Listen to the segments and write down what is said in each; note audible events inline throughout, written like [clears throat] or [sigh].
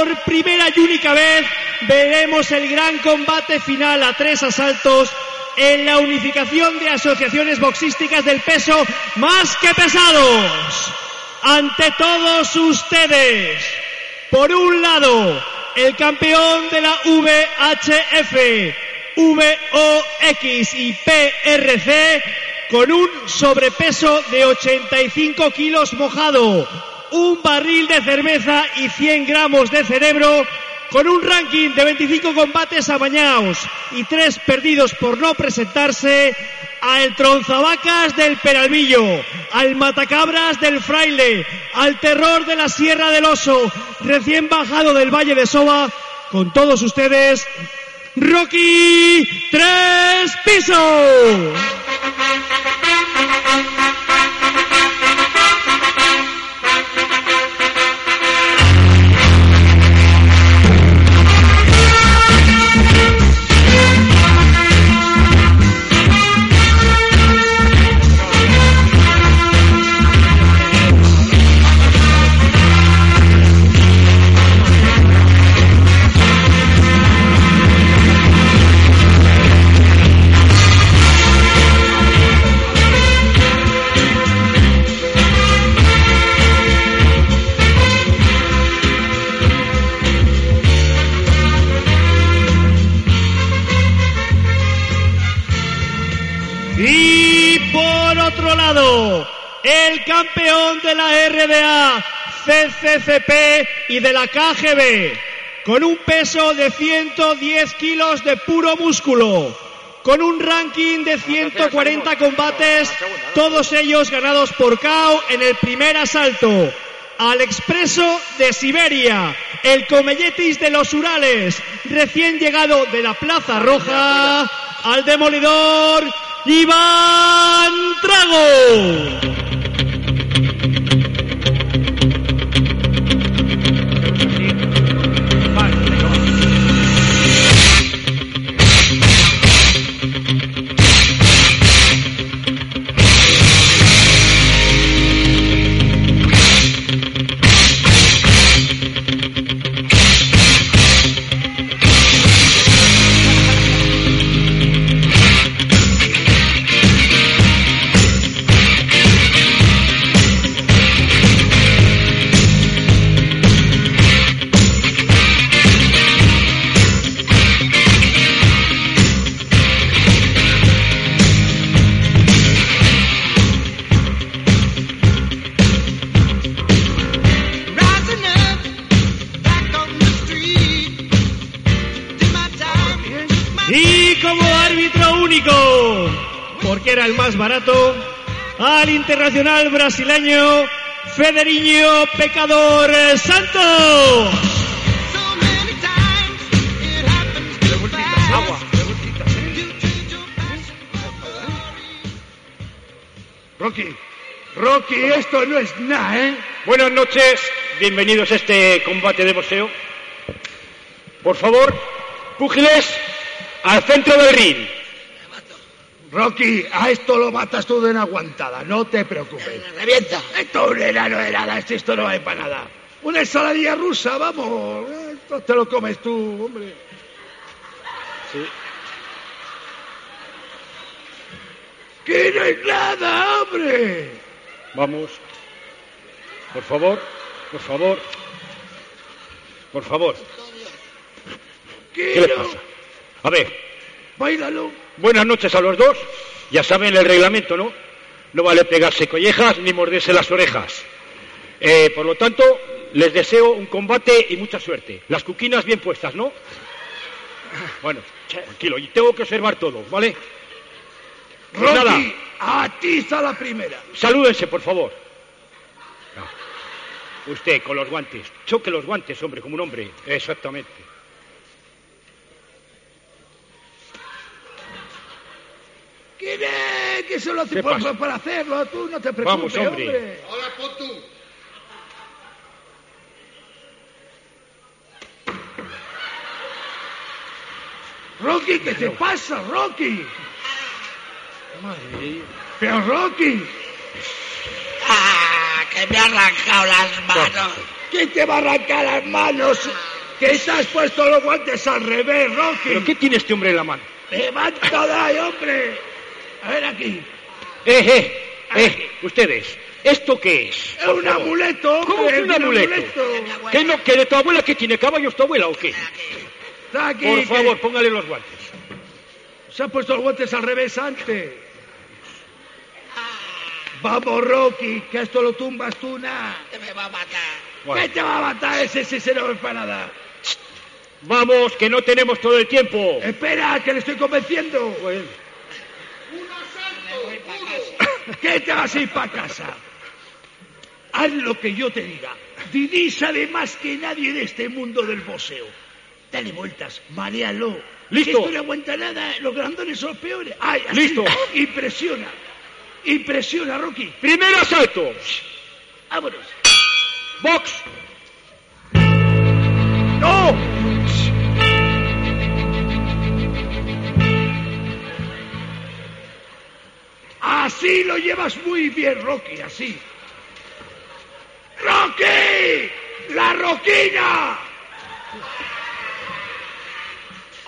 por primera y única vez veremos el gran combate final a tres asaltos en la unificación de asociaciones boxísticas del peso más que pesados. Ante todos ustedes, por un lado, el campeón de la VHF, VOX y PRC, con un sobrepeso de 85 kilos mojado, un barril de cerveza y 100 gramos de cerebro, con un ranking de 25 combates amañados y 3 perdidos por no presentarse, al tronzavacas del Peralvillo, al matacabras del Fraile, al terror de la Sierra del Oso, recién bajado del Valle de Soba, con todos ustedes, Rocky Tres Pisos. Y por otro lado, el campeón de la RDA, CCCP y de la KGB, con un peso de 110 kilos de puro músculo, con un ranking de 140 combates, todos ellos ganados por KO en el primer asalto. Al expreso de Siberia, el Comelletis de los Urales, recién llegado de la Plaza Roja, al demolidor Iván Trago. Rising up, back on the street. Did my time, took my Y como árbitro único, porque era el más barato, al internacional brasileño Federiño Pecador Santos. so many times. It happens too fast. You trade your passion for glory. Rocky, Rocky, esto no es nada, ¿eh? Buenas noches, bienvenidos a este combate de boxeo. Por favor, púgiles al centro del ring. Rocky, a esto lo matas tú de una aguantada, no te preocupes. Revienta. Esto no era, no era nada, esto no vale para nada. Una ensaladilla rusa, vamos, esto te lo comes tú, hombre. ¡Que no es nada, hombre! Vamos. Por favor, por favor. Por favor. ¡Que ¿Qué les no! pasa? A ver, ¡Báilalo! buenas noches a los dos. Ya saben el reglamento, ¿no? No vale pegarse collejas ni morderse las orejas. Eh, por lo tanto, les deseo un combate y mucha suerte. Las cuquinas bien puestas, ¿no? Bueno, tranquilo, y tengo que observar todo, ¿vale? Pues nada. ¡Rocky, atiza la primera! Salúdense, por favor. No. Usted, con los guantes. Choque los guantes, hombre, como un hombre. Exactamente. ¿Quién es? ¿Qué se lo hace ¿Qué por- pasa? para hacerlo? Tú no te preocupes, Vamos, hombre. Rocky, ¿qué te pasa, Rocky? Pero Rocky, ¡Ah! ¡Que me ha arrancado las manos! ¿quién te va a arrancar las manos? que te has puesto los guantes al revés, ¿Pero Rocky. qué tiene este hombre en la mano? Levanta de ahí, hombre. A ver aquí. Eh, eh, eh, ustedes, ¿esto qué es? Es un amuleto. ¿Cómo hombre, que un amuleto? ¿Qué no, que de tu abuela que tiene caballos tu abuela o qué? Está aquí. Por que favor, póngale los guantes. Se han puesto los guantes al revés antes. Ah, Vamos, Rocky, que esto lo tumbas tú, na. Te me va a matar. ¿Qué te va a matar ese si se no es para nada? Vamos, que no tenemos todo el tiempo. Eh, Espera, que le estoy convenciendo. Me voy para casa. ¿Qué te vas a ir para casa? Haz lo que yo te diga. Didi sabe más que nadie de este mundo del boxeo. Dale vueltas, marealo. Listo. Esto no aguanta nada, los grandones son los peores. Ay, así. Listo. Impresiona. Impresiona, Rocky. Primer asalto. Vámonos. Box. ¡No! Así lo llevas muy bien, Rocky, así. ¡Rocky! ¡La Roquina!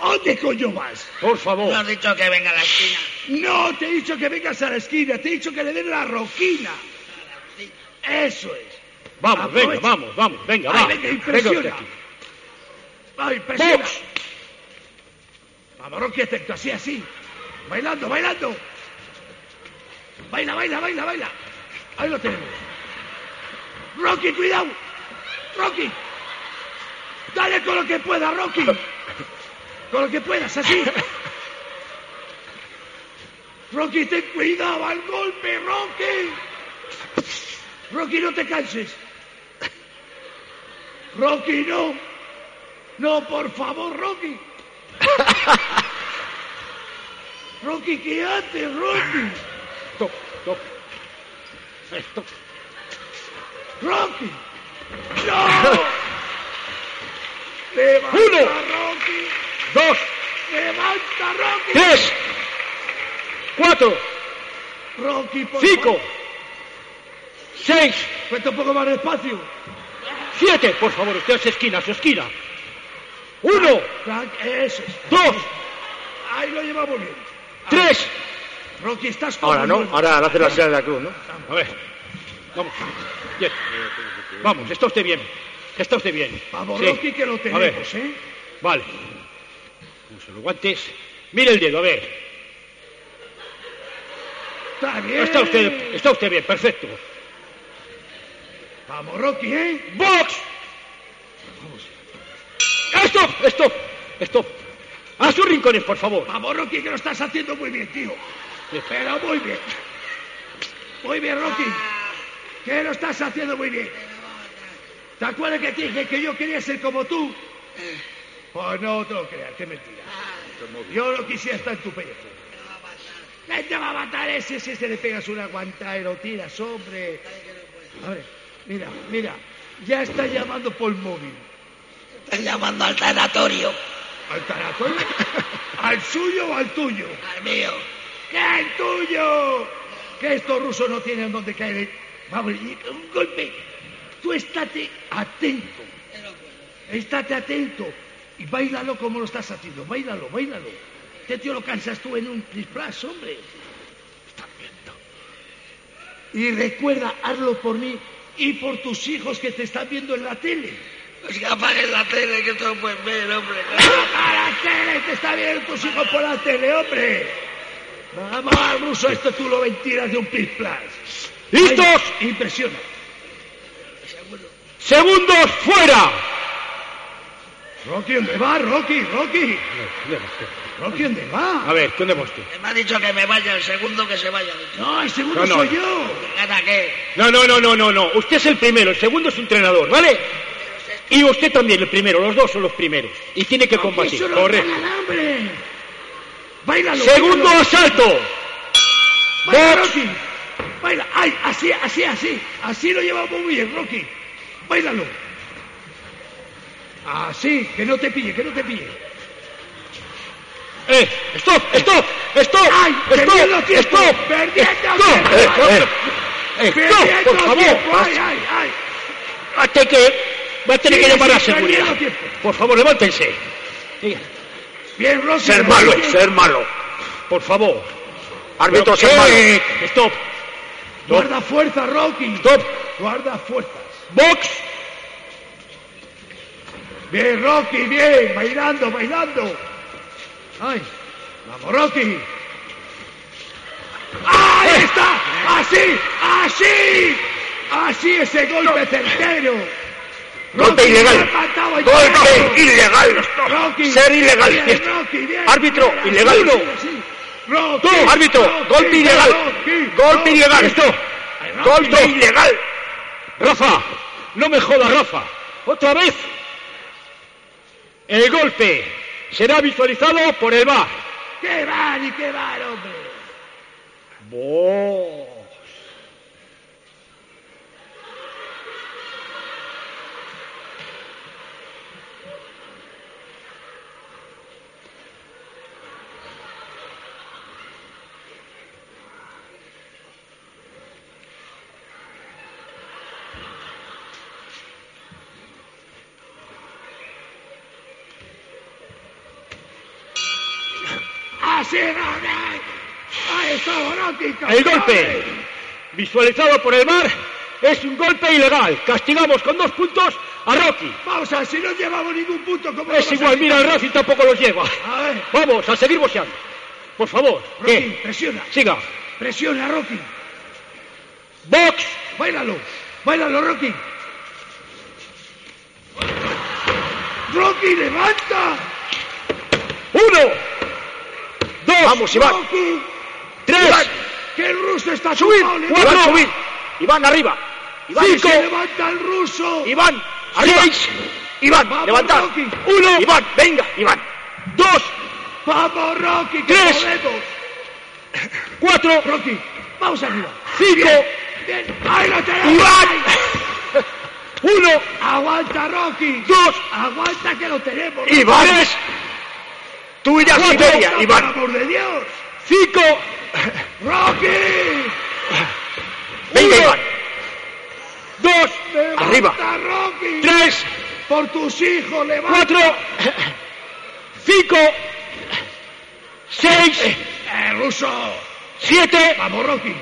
¿Dónde coño vas? Por No favor. has dicho que venga a la esquina. No te he dicho que vengas a la esquina, te he dicho que le den la Roquina. Eso es. Vamos, venga, Aprovecha. vamos, vamos, venga, Ay, va. venga, Venga usted impresiona. aquí. Ay, impresiona. Box. Vamos, Rocky, atento, así, así. Bailando, bailando. Baila, baila, baila, baila. Ahí lo tenemos. Rocky, cuidado. Rocky. Dale con lo que pueda, Rocky. Con lo que puedas, así. Rocky, ten cuidado al golpe, Rocky. Rocky, no te canses. Rocky, no. No, por favor, Rocky. Rocky, ¿qué haces, Rocky? Stop, stop. Stop. ¡Rocky! ¡No! ¡Levanta, Uno. Rocky! Dos, ¡Levanta, Rocky! tres, cuatro, ¡Rocky, por cinco, favor! seis, Cuesta un poco más despacio. siete. Por favor, usted a su esquina, a su esquina. Uno, Frank, eso es. dos, Ah. Ahí lo llevamos bien. tres. Rocky, estás como Ahora, ¿no? nuevo. Ahora hace la señal de la cruz, ¿no? A ver, vamos. Bien. Vamos, está usted bien. Está usted bien. Vamos, Sí. Rocky, que lo A ver, tenemos, ¿eh? Vale. Uso los guantes. Mire el dedo, a ver. Está bien. Está usted, está usted bien, perfecto. Vamos, Rocky, ¿eh? ¡Box! Ah, ¡Stop! ¡Stop! ¡Stop! ¡A sus rincones, por favor! Vamos, Rocky, que lo estás haciendo muy bien, tío. Bien. Pero muy bien. Muy bien, Rocky. Que lo estás haciendo muy bien. ¿Te acuerdas que te dije que yo quería ser como tú? Pues no te lo creas, qué mentira. Yo no quisiera estar en tu pellejo. ¿Quién te va a matar ese si se le pegas una guanta y lo tiras, hombre? A ver, mira, mira. Ya está llamando por móvil. Están llamando al sanatorio. ¿Al taratorio? ¿Al suyo o al tuyo? Al mío. ¡Que el tuyo! Que estos rusos no tienen donde caer. Vamos, y un golpe. Tú estate atento. Estate atento. Y bailalo como lo estás haciendo. Bailalo, bailalo. Este tío lo cansas tú en un plis-plas, hombre. Está viendo. Y recuerda, hazlo por mí y por tus hijos que te están viendo en la tele. Pues que apaguen la tele, que esto no pueden ver, hombre. ¡Para tele! ¡Te está viendo tus hijos por la tele, hombre! Vamos, ruso, esto tú lo ventilas de un plis-plas. ¡Listos! Ay, Impresiona. ¡Segundos fuera! Rocky, ¿dónde va? Rocky, Rocky. Rocky, ¿dónde A va? ver, ¿dónde va usted? Que Me ha dicho que me vaya el segundo que se vaya. No, el segundo No, no, soy no. yo. ¿Gana qué? No, no, no, no, no, no. Usted es el primero, el segundo es su entrenador, ¿vale? Y usted también, el primero. Los dos son los primeros. Y tiene que Rocky, combatir. solo Correcto. ganan, hombre. Bailalo. Segundo bailalo. asalto. Baila, box. Rocky. Baila. Ay, así, así, así. Así lo llevamos muy bien, Rocky. Bailalo. Así, que no te pille, que no te pille. Eh, stop, stop, stop. ¡Ay! stop, ¡Perdiendo tiempo! stop. ¡Perdiendo stop. tiempo! Eh, eh, eh, ¡Perdiendo stop, por favor. tiempo! ¡Ay, ay, ay! Hasta que Va a tener Sí, que llamar a la sí, está seguridad. bien, tiempo. Por favor, levántense. Bien, Rocky. Ser lo malo, sigue. ser malo. Por favor. Árbitro, Pero ser qué- Stop. Guarda fuerza, Rocky. Stop. Guarda fuerzas. Box. Bien, Rocky, bien. Bailando, bailando. Ay. Vamos, Rocky. Eh. ¡Ahí está! ¡Así! ¡Así! ¡Así ese golpe certero! Golpe Rocky, ilegal. le ha matado al Golpe pájaro. ilegal. Rocky. Ser ilegal. Bien, Fiesta. Rocky, bien. Árbitro, Bien, ilegal no. sí, sí. Rocky, Tú, árbitro. Rocky, Golpe ilegal. Rocky, Golpe Rocky. ilegal. Stop. Ay, Rocky, Golpe Rocky. ilegal. Rafa. No me jodas, Rafa. Otra vez. El golpe será visualizado por el bar. ¡Qué va, ni qué va, hombre! Vos. ¡Así, Rocky! ¡Ahí está, Rocky! El campeones. golpe visualizado por el bar es un golpe ilegal. Castigamos con dos puntos a Rocky. Vamos a ver, si no llevamos ningún punto, ¿cómo Es vamos a igual, mira, el Racing tampoco los lleva. A ver, Vamos, a seguir boxeando. Por favor, Rocky, que presiona. siga. Presiona, Rocky. Box, Báilalo. Báilalo, Rocky. Rocky, levanta. uno, dos, Vamos, Iván. Rocky. tres, Que el ruso está subir, tumbado, levanta. cuatro, subir. Iván, arriba. Iván, Sí, cinco, se levanta el ruso. Iván, arriba. seis, Iván, Vamos, levantad. Rocky. uno, Iván, venga, Iván. dos, Vamos, Rocky, que Tres. podemos. cuatro, Rocky, vamos arriba. cinco, Bien. Ahí lo tenemos. Iván. [laughs] Uno, Aguanta, Rocky. dos, Aguanta que lo tenemos. Rocky. Iván. Tuya Cuatro. Siberia, Por Iván. amor de Dios. cinco, Rocky. Venga, uno, Iván. dos, Levanta, Arriba. Rocky. tres, Por tus hijos, levanta. cuatro, cinco, seis, Eh, ruso. siete, Vamos, Rocky.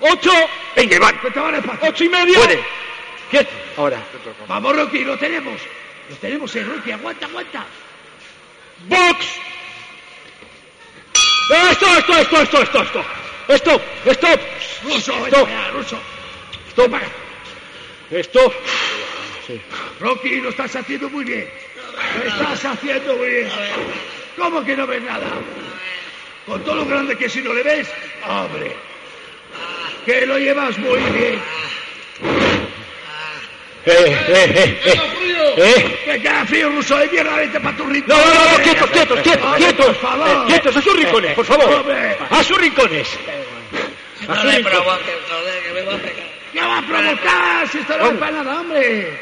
ocho, Venga, Iván. Que te van a espacio. ocho y medio. Puede. Siete. Ahora. Vamos, Rocky, lo tenemos. Lo tenemos, eh, Rocky. Aguanta, aguanta. Box. Eh, Esto, esto, esto, esto, esto, esto. Stop, stop, Ruso, ven Stop. ya, ruso. stop. Stop. Rocky, lo estás haciendo muy bien. Lo estás haciendo muy bien. ¿Cómo que no ves nada? Con todo lo grande que si no le ves, hombre. Ah, Que lo llevas muy bien. ah. Eh, eh, eh, eh. Eh. Que queda frío, ruso de mierda, vete para tu ritmo. No, no, no, no, quietos, quietos, quietos, Hombre, quietos. por favor. Eh, Quietos, a sus rincones, por favor. Hombre. A sus rincones. A No sus le rincones. provoques, joder, que me va a pegar. ¿Qué va a provocar si esto no es para nada, hombre?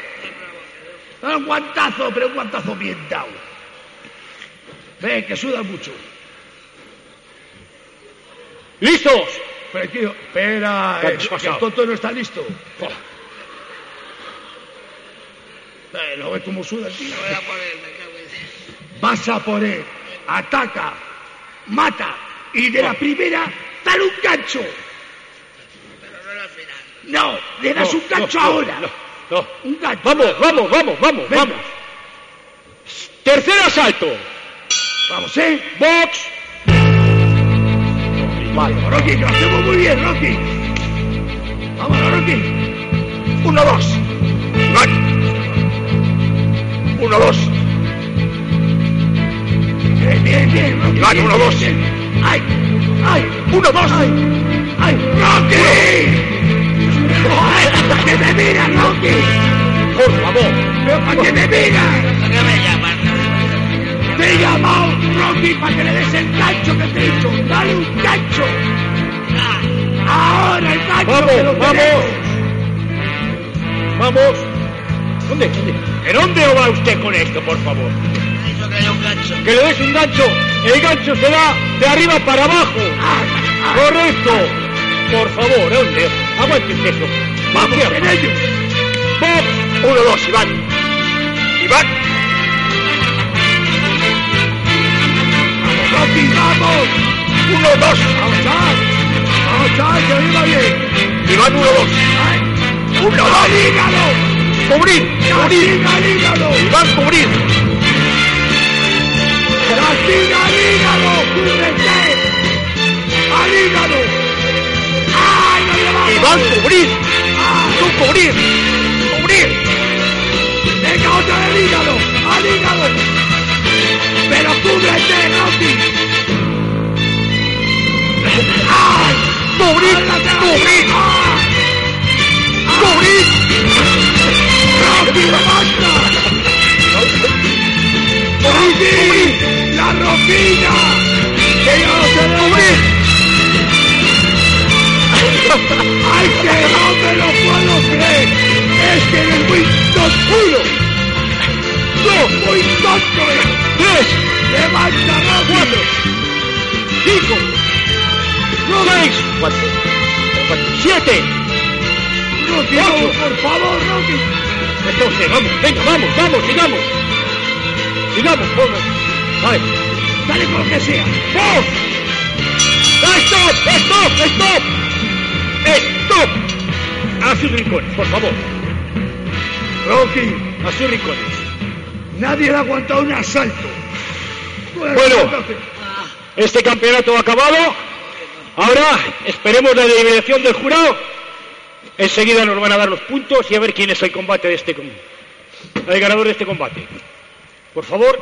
Da un guantazo, pero un guantazo bien dado. Ve, que suda mucho. Listos. Pero, tío, espera, ¿Qué ha eh, que pasado? el tonto no está listo. Eh, lo ve como suda el tío. eh. Voy a poner, me cago en- Vas a poner, ataca, mata y de la Oh. primera dar un gancho. Pero no al final. No, le das No, un gancho no, no, ahora. Oh, no, no. Un gancho. Vamos, vamos, vamos, vamos, Venga. vamos. Tercer asalto. Vamos, ¿eh? Box. Vale, Rocky, que lo hacemos muy bien, Rocky. Vámonos, Rocky. Uno, dos. Iván. Uno, dos. Bien, bien, bien, Rocky. Iván, bien, uno, bien, dos. bien. ¡Ay! ¡Ay! ¡Uno, dos! ¡Ay! ¡Ay! ¡Rocky! ¡Ay! ¿Para qué me miras, Rocky? Por favor. ¿Pero para qué me miras? ¿Por qué me llamas? No, Te he llamado, Rocky, para que le des el gancho que te he dicho. ¡Dale un gancho! no, ¡Ahora el gancho! Vamos, que lo vamos. tenemos! Vamos. ¿Dónde? ¿Dónde? ¿En dónde va usted con esto, por favor? no. He dicho que hay un gancho. Que le des un gancho. El gancho será de arriba para abajo. ¡Ay! ay, Correcto. Por favor, ¿a ¿dónde? Aguante usted eso. ¡Vamos Izquierda. en ello! Box. Uno, dos, Iván. Iván. ¡Vamos, Rocky, vamos! Uno, dos. ¡Vamos, Char! ¡Vamos, Char, que viva bien! Iván, uno, dos. ¡Ay! Uno, dos. ¡Al hígado! Cubrir, cubrir. ¡Castiga al hígado! Iván, cubrir. ¡Castiga al hígado! ¡Cúbrete! ¡Al hígado! ¡Ay, lo llevamos! Iván, cubrir. ¡Ay! Tú, cubrir. Cubrir. ¡Venga otra del hígado! ¡Al hígado! ¡Pero cúbrete, Rocky! ¡Ay! Cubrir, ¡Ándate, cubrir, ¡Ay! cubrir. ¡Rocky, basta! ¡Rocky! ¡La roquilla! ¡Que yo no sé cubrir! [laughs] ¡Ay, que no me lo puedo creer! ¡Es que eres muy tonto! ¡No, muy tonto! eres. Tres, ¡Levanta, Rocky! cuatro, cinco, seis, cuatro, cuatro, siete. Rocky, no, por favor, Rocky. Entonces, vamos, venga, vamos, vamos, sigamos. Sigamos, vamos. Vale. Dale con lo que sea. ¡Vamos! ¡Stop! ¡Stop! ¡Stop! ¡Stop! A sus rincones, por favor. Rocky, A sus rincones. nadie le ha aguantado un asalto. Bueno. Este campeonato ha acabado. Ahora esperemos la deliberación del jurado. Enseguida nos van a dar los puntos y a ver quién es el combate de este com- el ganador de este combate. Por favor,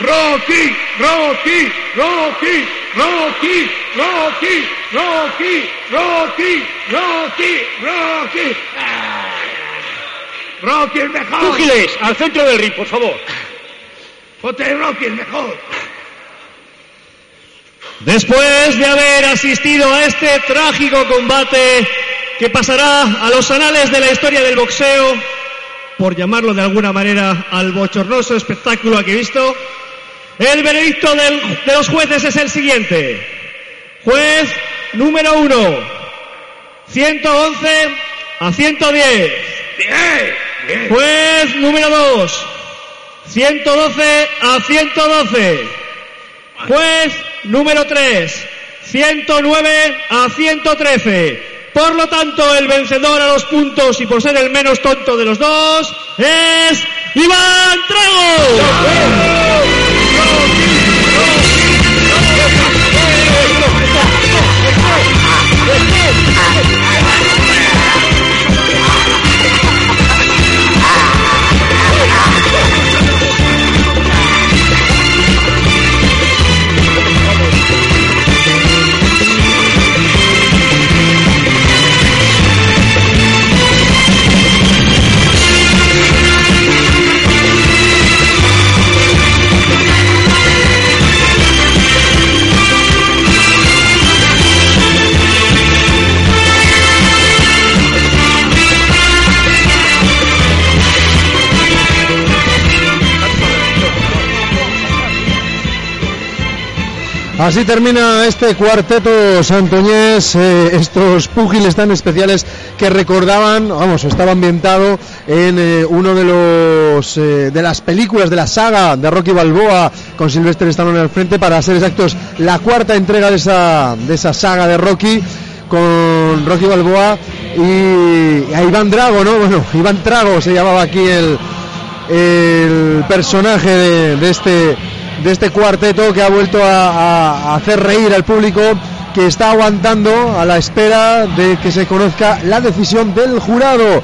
Rocky, Rocky, Rocky, Rocky, Rocky, Rocky, Rocky, Rocky, Rocky. Ah. Rocky el tú mejor. Giles, al centro del ring, por favor. Ponte Rocky el mejor. Después de haber asistido a este trágico combate que pasará a los anales de la historia del boxeo, por llamarlo de alguna manera al bochornoso espectáculo aquí visto, el veredicto del- de los jueces es el siguiente. Juez número uno, 111 a 110. Bien, bien. Juez Pues, número 2, 112 a 112. Juez número 3, 109 a 113. Por lo tanto, el vencedor a los puntos y por ser el menos tonto de los dos es Iván Trago. Así termina este cuarteto santoñés, eh, estos púgiles tan especiales que recordaban, vamos, estaba ambientado en eh, uno de los eh, de las películas de la saga de Rocky Balboa con Sylvester Stallone al frente para ser exactos la cuarta entrega de esa de esa saga de Rocky con Rocky Balboa y a Iván Drago, ¿no? Bueno, Iván Trago se llamaba aquí el el personaje de, de este de este cuarteto que ha vuelto a, a hacer reír al público que está aguantando a la espera de que se conozca la decisión del jurado.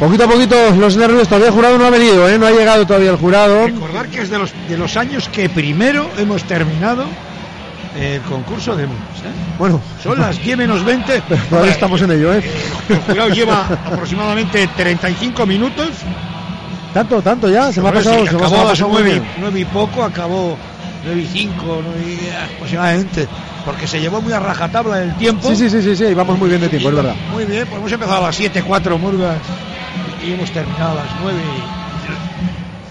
Poquito a poquito los nervios, todavía el jurado no ha venido, ¿eh? no ha llegado todavía el jurado. Recordar que es de los, de los años que primero hemos terminado el concurso de mundos. ¿eh? Bueno, Son las 10 menos 20. [laughs] todavía estamos en ello, ¿eh? El jurado lleva aproximadamente 35 minutos. [laughs] Tanto, tanto ya, se me ha Bueno, pasado, sí, se me ha acabó a las pasado muy 9, bien. y poco, acabó 9 y 5, 9 y, ah, aproximadamente. Porque se llevó muy a rajatabla el tiempo. Sí, sí, sí, sí, sí, y vamos muy bien de tiempo, es verdad. Muy bien, pues hemos empezado a las 7, 4 murgas y hemos terminado a las 9.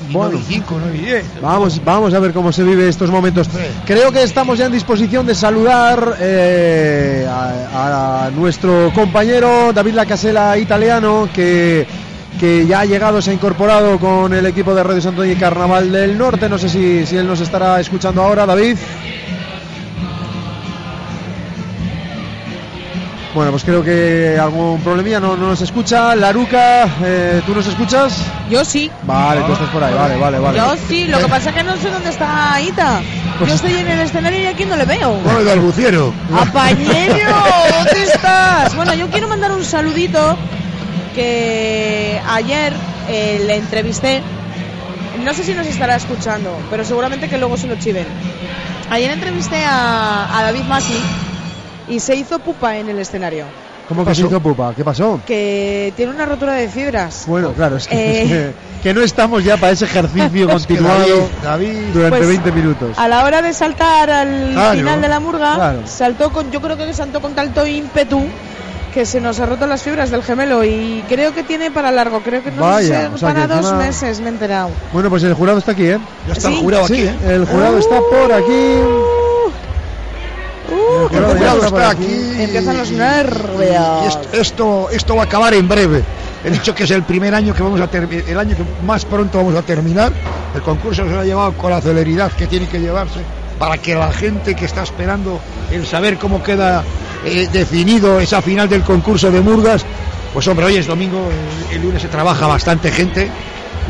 y- Bueno. 9 y 5, 9 y 10. Vamos, vamos a ver cómo se vive estos momentos. Creo que estamos ya en disposición de saludar eh, a, a nuestro compañero David Lacasela italiano, que, que ya ha llegado, se ha incorporado con el equipo de Radio Santo y Carnaval del Norte. No sé si, si él nos estará escuchando ahora, David. Bueno, pues creo que algún problemilla no, no nos escucha. Laruca, eh, ¿tú nos escuchas? Yo sí. Vale, tú estás por ahí, vale, vale, vale. Yo sí, lo que pasa es que no sé dónde está Ita. Pues- Yo estoy en el escenario y aquí no le veo. Bueno, el galbuciero. ¡Apañero! ¿Dónde estás? Bueno, yo quiero mandar un saludito que ayer eh, le entrevisté. No sé si nos estará escuchando, pero seguramente que luego se lo chiven. Ayer entrevisté a, a David Masi y se hizo pupa en el escenario. [laughs] ¿Cómo que se hizo pupa? ¿Qué pasó? Que tiene una rotura de fibras. Bueno, claro, es que, Eh. que no estamos ya para ese [laughs] ejercicio Que continuado David, David. durante Pues, 20 minutos. A la hora de saltar al Claro, final de la murga, claro. saltó con, yo creo que saltó con tanto ímpetu que se nos ha roto las fibras del gemelo y creo que tiene para largo, creo que no Vaya, sé, o sea, para que dos encima- meses me he enterado. Bueno, pues el jurado está aquí, ¿eh? Ya está Sí. el jurado Sí, aquí, ¿eh? el jurado está por aquí. Uh, El El jurado está aquí. aquí. Empiezan los Y- nervios. y esto, esto, esto va a acabar en breve. He dicho que es el primer año que vamos a terminar, el año que más pronto vamos a terminar. El concurso se lo ha llevado con la celeridad que tiene que llevarse para que la gente que está esperando el saber cómo queda eh, definido esa final del concurso de Murgas, pues hombre, hoy es domingo, el, el lunes se trabaja bastante gente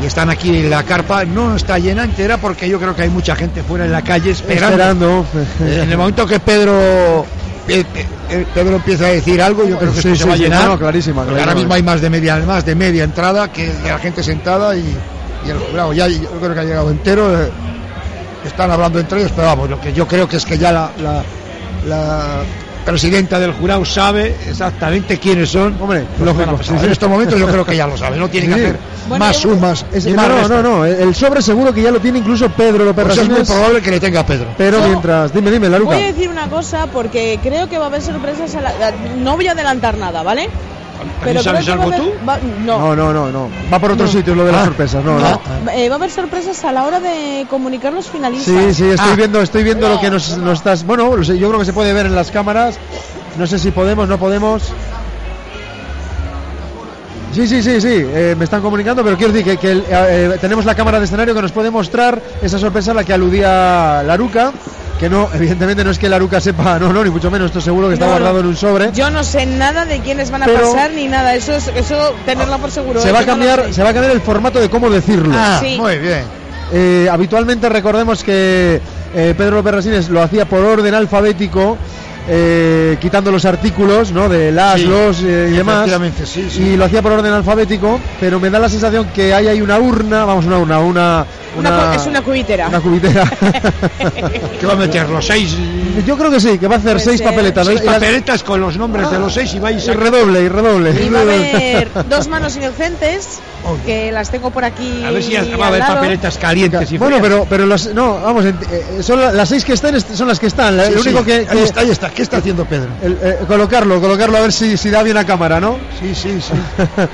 y están aquí en la carpa. No está llena entera porque yo creo que hay mucha gente fuera en la calle esperando. Esperando. [laughs] Eh, En el momento que Pedro eh, eh, Pedro empieza a decir algo, yo creo que Sí, esto sí, se va a sí, llenar. no, clarísima, porque clarísima. Ahora mismo hay más de media, más de media entrada que de la gente sentada y, y el jurado ya yo creo que ha llegado entero. eh, están hablando entre ellos, pero vamos, lo que yo creo que es que ya la, la- la presidenta del jurado sabe exactamente quiénes son. Hombre, los que van a lógico, pasar. sí, sí. En estos momentos yo creo que ya lo sabe, no tiene Sí. que hacer Bueno, más yo- sumas. Es- ni no, más no, restas. no, el sobre seguro que ya lo tiene incluso Pedro López Pues es muy Rasines, probable que le tenga Pedro. Pero Yo- mientras, dime, dime, la Voy a decir una cosa porque creo que va a haber sorpresas. A la- a- no voy a adelantar nada, ¿vale? sabes creo que va a algo haber- va- no. No, no, no, no. Va por otros No. sitios lo de las Ah, sorpresas, no, no. Eh, va a haber sorpresas a la hora de comunicar los finalistas. Sí, sí, estoy Ah. viendo, estoy viendo lo que nos, nos estás. Bueno, lo sé, yo creo que se puede ver en las cámaras. No sé si podemos, no podemos. Sí, sí, sí, sí. eh, me están comunicando, pero quiero decir que, que el- eh, tenemos la cámara de escenario que nos puede mostrar esa sorpresa a la que aludía Laruca. Que no, evidentemente no es que Laruca sepa, no, no, ni mucho menos. Esto seguro que está No, no. guardado en un sobre. Yo no sé nada de quiénes van a Pero- pasar ni nada. Eso es, eso tenerlo por seguro. Se ¿eh? va a Yo no lo cambiar, sé. se va a cambiar el formato de cómo decirlo. Ah, Sí. muy bien. Eh, habitualmente recordemos que eh, Pedro López Resines lo hacía por orden alfabético, eh, quitando los artículos, ¿no? De las, Sí, los eh, y demás. efectivamente, sí, sí. Y lo hacía por orden alfabético, pero me da la sensación que ahí hay una urna, vamos, una urna, una. Una cu- es una cubitera. Una [laughs] cubitera. ¿Qué va a meter? ¿Los seis? Yo creo que sí, que va a hacer Puede seis ser. papeletas. ¿no? Seis Y las- papeletas con los nombres de los seis y vais y a... redoble, y redoble. Y va [laughs] a haber dos manos inocentes Oye. que las tengo por aquí. A ver si ya va a al haber lado. papeletas calientes y Bueno, frías. pero, pero las, no, vamos, ent- eh, son la- las seis que están, est- son las que están. la- Sí, lo sí, único que, Ahí que- está, ahí está. ¿Qué está haciendo Pedro? el- eh, colocarlo, colocarlo a ver si, si da bien a cámara, ¿no? [laughs] Sí, sí, sí.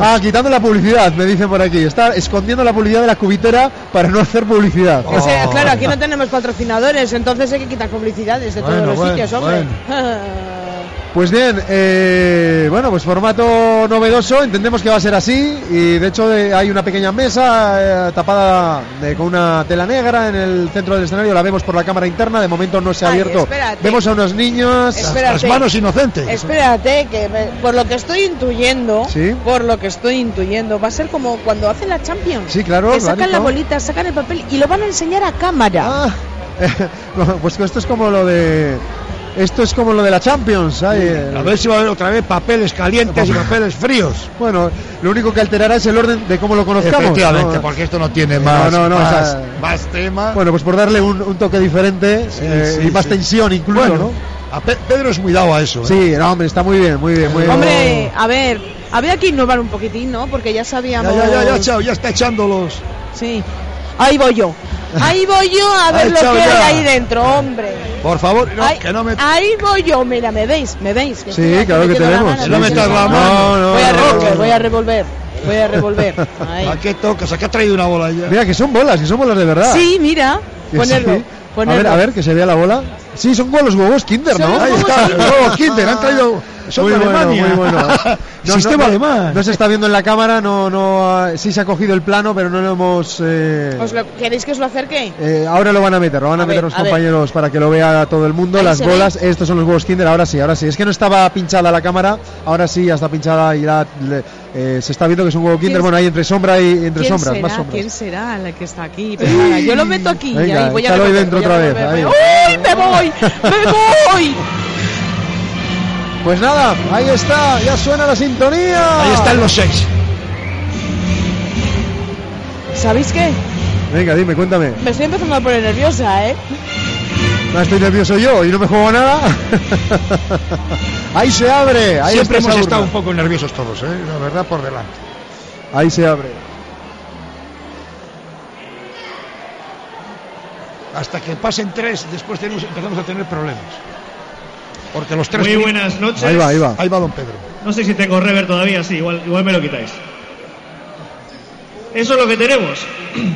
Ah, quitando la publicidad, me dicen por aquí. Está escondiendo la publicidad de la cubitera para no hacer publicidad. Oh. O sea, claro, aquí no tenemos patrocinadores, entonces hay que quitar publicidades de Bueno, todos los bueno, sitios, hombre. [laughs] Pues bien, eh, bueno, pues formato novedoso, entendemos que va a ser así. Y de hecho eh, hay una pequeña mesa eh, tapada de- con una tela negra en el centro del escenario. La vemos por la cámara interna, de momento no se ha Ay, abierto. espérate. Vemos a unos niños. Espérate. Las manos inocentes. Espérate, que me- por lo que estoy intuyendo, Sí. por lo que estoy intuyendo, va a ser como cuando hacen la Champions. Sí, claro, Que sacan clarito. la bolita, sacan el papel y lo van a enseñar a cámara. Ah, [laughs] pues esto es como lo de. Esto es como lo de la Champions. ay, eh, A ver si va a haber otra vez papeles calientes y papeles fríos. [laughs] Bueno, lo único que alterará es el orden de cómo lo conozcamos. Efectivamente, ¿no? porque esto no tiene más, no, no, o más, sea, más tema. Bueno, pues por darle un, un toque diferente eh, sí, y más sí. tensión incluso, Bueno, a Pe- Pedro es muy dado a eso. ¿no? ¿eh? Sí, no, hombre, está muy bien, muy bien, muy bien. Hombre, a ver, había que innovar un poquitín, ¿no? Porque ya Ya, sabíamos. ya, ya, ya, chao, ya está echando los... Sí. Ahí voy yo. Ahí voy yo a ver Ay, lo que chao, ya. hay ahí dentro, hombre. Por favor, no, ahí, que no me... ahí voy yo, mira, me veis, me veis. Sí, claro que te tenemos vemos. No metas la No, mano. no, voy a no, revolver, no. voy a revolver. Voy a revolver. Ahí. ¿A qué tocas? ¿A qué ha traído una bola ya? Mira, que son bolas, que son bolas de verdad. Sí, mira. Que Ponerlo. Ah. sí. A ver, a ver, que se vea la bola. Sí, son con los huevos Kinder, Son ¿no? los Ahí huevos está, Kinder. los huevos Kinder, han traído. Son muy de bueno, Alemania. muy [laughs] bueno. No, Sistema no, no, alemán. No se está viendo en la cámara, no, no, ah, sí se ha cogido el plano, pero no lo hemos. eh, ¿Os lo- ¿Queréis que os lo acerque? eh, ahora lo van a meter, lo van a, A meter ver, los a ver. compañeros para que lo vea todo el mundo. Ahí Las se ve. bolas, estos son los huevos Kinder, ahora sí, ahora sí. Es que no estaba pinchada la cámara, ahora sí, ya está pinchada y la- le- eh, se está viendo que es un huevo Kinder. ¿Quién- Bueno, ahí entre sombra y entre ¿Quién sombras, será? más sombras. ¿Quién será la que está aquí? Pues nada, yo lo meto aquí. Venga, ahí voy a échalo ahí revolver, dentro voy a otra vez, ahí. revolver. ¡Uy! ¡Me voy! ¡Me voy! Pues nada, ahí está, ya suena la sintonía. Ahí están los seis. ¿Sabéis qué? Venga, dime, cuéntame. Me estoy empezando a poner nerviosa, ¿eh? No estoy nervioso yo y no me juego [laughs] nada. ahí se abre, ahí Siempre está hemos esa estado un urna. poco nerviosos todos, ¿eh? la verdad, por delante. Ahí se abre. Hasta que pasen tres, después tenemos, empezamos a tener problemas. Porque los tres. Muy prim- buenas noches. Ahí va, ahí va. Ahí va don Pedro. No sé si tengo rever todavía, sí, igual, igual me lo quitáis. Eso es lo que tenemos.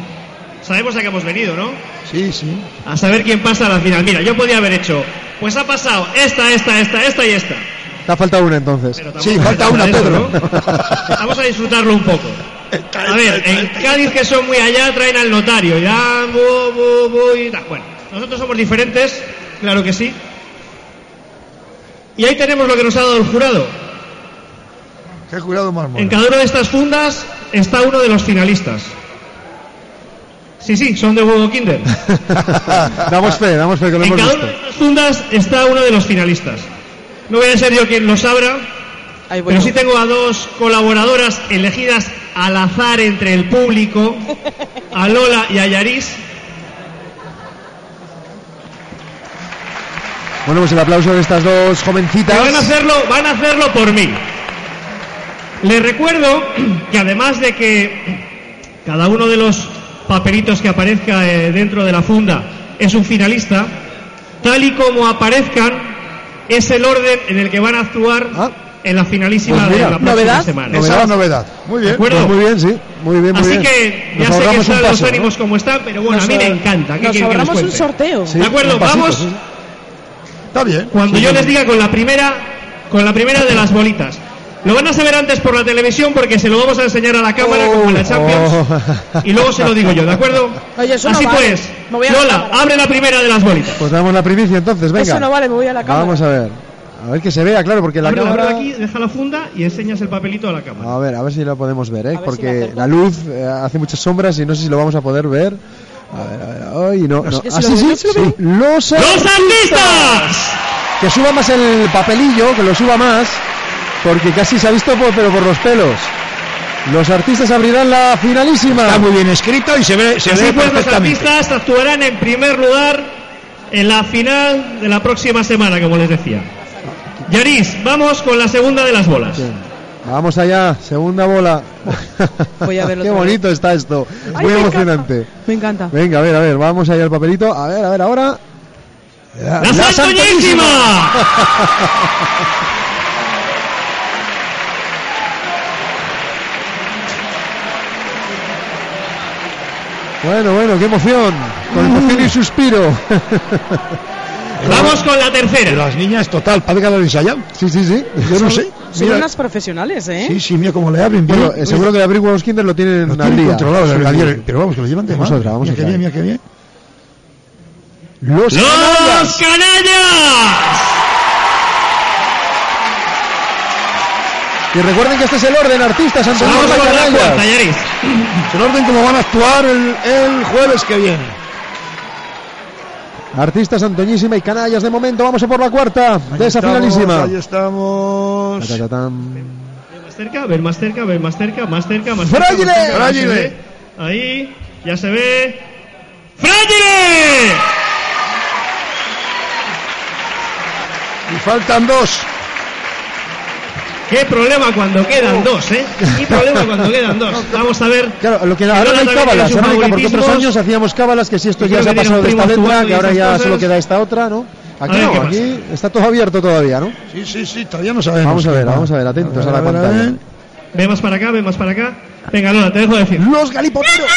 [clears throat] Sabemos a qué hemos venido, ¿no? Sí, sí. A saber quién pasa a la final. Mira, yo podía haber hecho. Pues ha pasado esta, esta, esta, esta y esta. Te ha faltado una entonces. Pero Sí, tampoco falta se una, trata de Pedro. eso, ¿no? Vamos a disfrutarlo un poco. A ver, en Cádiz que son muy allá traen al notario. Ya, bu, bu, bu, y tal. Bueno, nosotros somos diferentes, claro que sí. Y ahí tenemos lo que nos ha dado el jurado. Qué jurado más En mono. cada una de estas fundas está uno de los finalistas. Sí, sí, son de huevo Kinder. [laughs] damos fe, damos fe que lo En hemos cada visto. una de estas fundas está uno de los finalistas. No voy a ser yo quien los abra, Ahí voy. Pero sí tengo a dos colaboradoras elegidas al azar entre el público, a Lola y a Yaris. Bueno, pues el aplauso de estas dos que van a jovencitas. Pues hacerlo, van a hacerlo por mí. Les recuerdo que además de que cada uno de los papelitos que aparezca eh, dentro de la funda es un finalista, tal y como aparezcan es el orden en el que van a actuar Ah. en la finalísima Pues mira, de la próxima novedad. semana. Esa es la novedad. Muy bien. ¿De acuerdo? Pues muy bien, sí. Muy bien, muy Así bien. que ya sé Nos que ahorramos un están los paso, ¿no? ánimos como están, pero bueno, Nos a mí me ahor- encanta. ¿Qué nos quieren que ahorramos un cuente? sorteo. Sí, De acuerdo, un pasito, vamos. sí. Está bien. Cuando Sí, yo sí. les diga con la primera, con la primera de las bolitas. Lo van a saber antes por la televisión porque se lo vamos a enseñar a la cámara como en la Champions oh. y luego se lo digo yo, ¿de acuerdo? Oye, eso no Así vale. pues, Me voy a la Lola, cámara. abre la primera de las bolitas. Pues damos la primicia entonces, venga. Eso no vale, me voy a la cámara. Vamos a ver. A ver que se vea, claro, porque la Ábrela, cámara. ábrela aquí, deja la funda y enseñas el papelito a la cámara. A ver, a ver si lo podemos ver, A ¿eh? ver si me Porque acerco. la luz eh, hace muchas sombras y no sé si lo vamos a poder ver. A ver, a ver, ay, no, no. que si Ah, lo sí, sí, veo, si lo sí. Los ¡Los artistas! Que suba más el papelillo, que lo suba más, porque casi se ha visto, por, pero por los pelos. Los artistas abrirán la finalísima. Está muy bien escrito y se ve, se Así ve pues, los perfectamente. artistas actuarán en primer lugar en la final de la próxima semana, como les decía. Yaris, vamos con la segunda de las bolas. Bien. Vamos allá, segunda bola. Voy a [laughs] verlo Qué otra vez. bonito está esto, Ay, muy me emocionante. encanta, Me encanta. Venga, a ver, a ver, vamos allá al papelito. A ver, a ver, ahora. La, ¡La, Santoñísima! [laughs] Bueno, bueno, qué emoción. Con emoción y suspiro. [laughs] Vamos con la Y tercera. las niñas, total, para que lo han ensayado. sí, sí, sí. Yo no sé. Son Mira, unas profesionales, ¿eh? sí, sí, mira cómo le abren. bien. Bueno, eh, seguro que el abrigo de los Kinder lo tienen Lo al tienen día. controlado, Sí, el Gabriel, sí. pero vamos, que lo llevan de Vamos mano. otra, vamos mira qué otra. bien, mira qué bien. Los ¡Los canallas. canallas! Y recuerden que este es el orden, artistas, Antonio Vamos con la Canallas. cuarta, Yaris. El orden como van a actuar el, el jueves que viene. Artistas Antoñísima y Canallas de momento. Vamos a por la cuarta de esa Estamos, finalísima. Ahí estamos. Tatatán. Ven Más cerca, ven más cerca, ven más cerca, más cerca, más cerca. ¡Frágile! más cerca, ya ¡Frágile! se ve. Ahí, ya se ve. ¡Frágile! Y faltan dos. ¡Qué problema cuando Oh. quedan dos, eh! ¡Qué problema cuando quedan [laughs] dos! Vamos a ver. Claro, lo que ahora no hay también tiene cábalas, sus ahora no hay cábalas, porque otros favoritismos. años hacíamos cábalas que si esto Yo ya creo se ha que pasado de tienen esta primos letra, jugando que y ahora esas ya cosas. solo queda esta otra, ¿no? A Aquí ver no, qué aquí está todo abierto todavía, ¿no? Sí, sí, sí, todavía no sabemos. Vamos a ver, quién va. vamos a ver, atentos a la ver, pantalla. ver. Ve más para acá, ve más para acá. Venga, Lola, te dejo decir. Los galipoteros.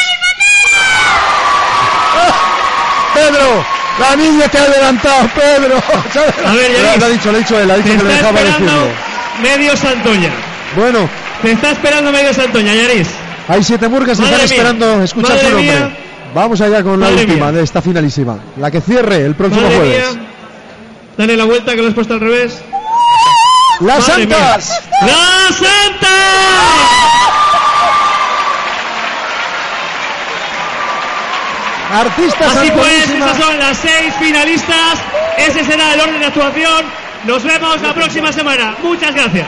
¡Ah! Pedro, la niña te ha adelantado, Pedro. [laughs] A ver, ya Lo ha ves. dicho, lo ha dicho él, ha dicho Te que lo está dejaba esperando decirlo. medio Santoña. Bueno, Te está esperando medio Santoña, Yaris. hay siete burgas que Madre están mía. esperando escuchar Madre su nombre. mía. Vamos allá con la Madre última mía. de esta finalísima. La que cierre el próximo Madre jueves. mía. Dale la vuelta que lo has puesto al revés. ¡Las Madre mía. Santas! ¡La Santa! Artistas Así pues, santoñísimas. estas son las seis finalistas. Ese será el orden de actuación. Nos vemos la próxima semana. Muchas gracias.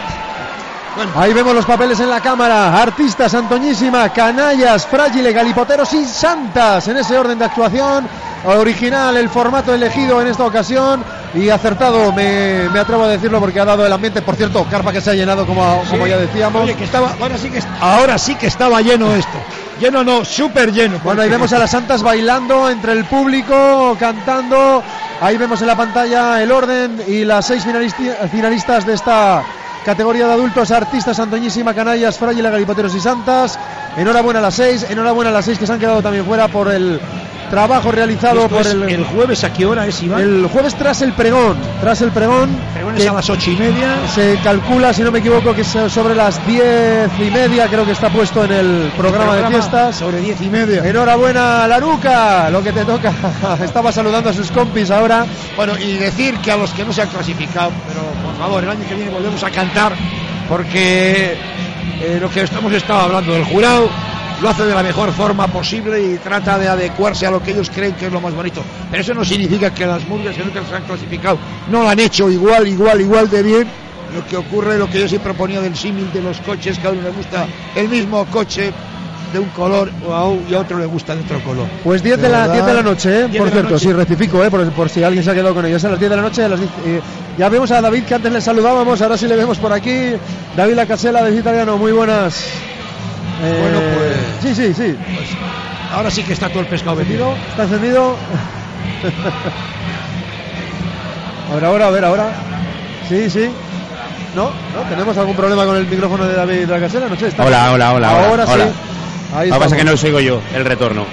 Ahí vemos los papeles en la cámara. Artistas, Antoñísima, Canallas, Frágiles, Galipoteros y Santas. En ese orden de actuación. Original el formato elegido en esta ocasión. Y acertado, me, me atrevo a decirlo porque ha dado el ambiente. Por cierto, carpa que se ha llenado, como, como ya decíamos. Oye, que estaba, ahora sí que, est- ahora sí que estaba lleno esto. Lleno no, súper lleno. Bueno, ahí vemos a las santas bailando entre el público, cantando. Ahí vemos en la pantalla el orden y las seis finalisti- finalistas de esta categoría de adultos, artistas, antoñísima, canallas, frágiles, galipoteros y santas. Enhorabuena a las seis, enhorabuena a las seis que se han quedado también fuera por el trabajo realizado Esto por es el, el jueves a qué hora es, Iván? el jueves tras el pregón. Tras el pregón, Pregón es que a las ocho y media. se calcula, si no me equivoco, que es sobre las diez y media, creo que está puesto en el programa de fiestas. Sobre diez y media. Enhorabuena, Laruca, lo que te toca. [laughs] Estaba saludando a sus compis ahora. Bueno, y decir que a los que no se han clasificado, pero por favor, el año que viene volvemos a cantar, porque eh, lo que estamos estado hablando del jurado lo hace de la mejor forma posible y trata de adecuarse a lo que ellos creen que es lo más bonito. Pero eso no significa que las murgas que nunca se han clasificado no lo han hecho igual, igual, igual de bien. Lo que ocurre, lo que yo siempre ponía del símil de los coches, que a uno le gusta el mismo coche de un color o a un- y a otro le gusta de otro color. Pues 10 de, la, verdad. 10 de la noche, ¿eh? 10 de por la cierto, noche. sí, rectifico, ¿eh? por, por si alguien se ha quedado con ellos. A las 10 de la noche, a las 10, eh, ya vemos a David que antes le saludábamos, ahora sí le vemos por aquí. David Lacasela, de Italiano, muy buenas. Eh, Bueno, pues- Sí, sí, sí. Ahora sí que está todo el pescado vendido. ¿Encendido? ¿Está encendido? [laughs] a ver ahora, a ver ahora. Sí, sí. ¿No? ¿No? ¿Tenemos algún problema con el micrófono de David de la casera? No sé. está- Hola, hola, hola, hola, Ahora hola. sí. Ahí Lo que pasa estamos. es que no os oigo yo, el retorno. Eh,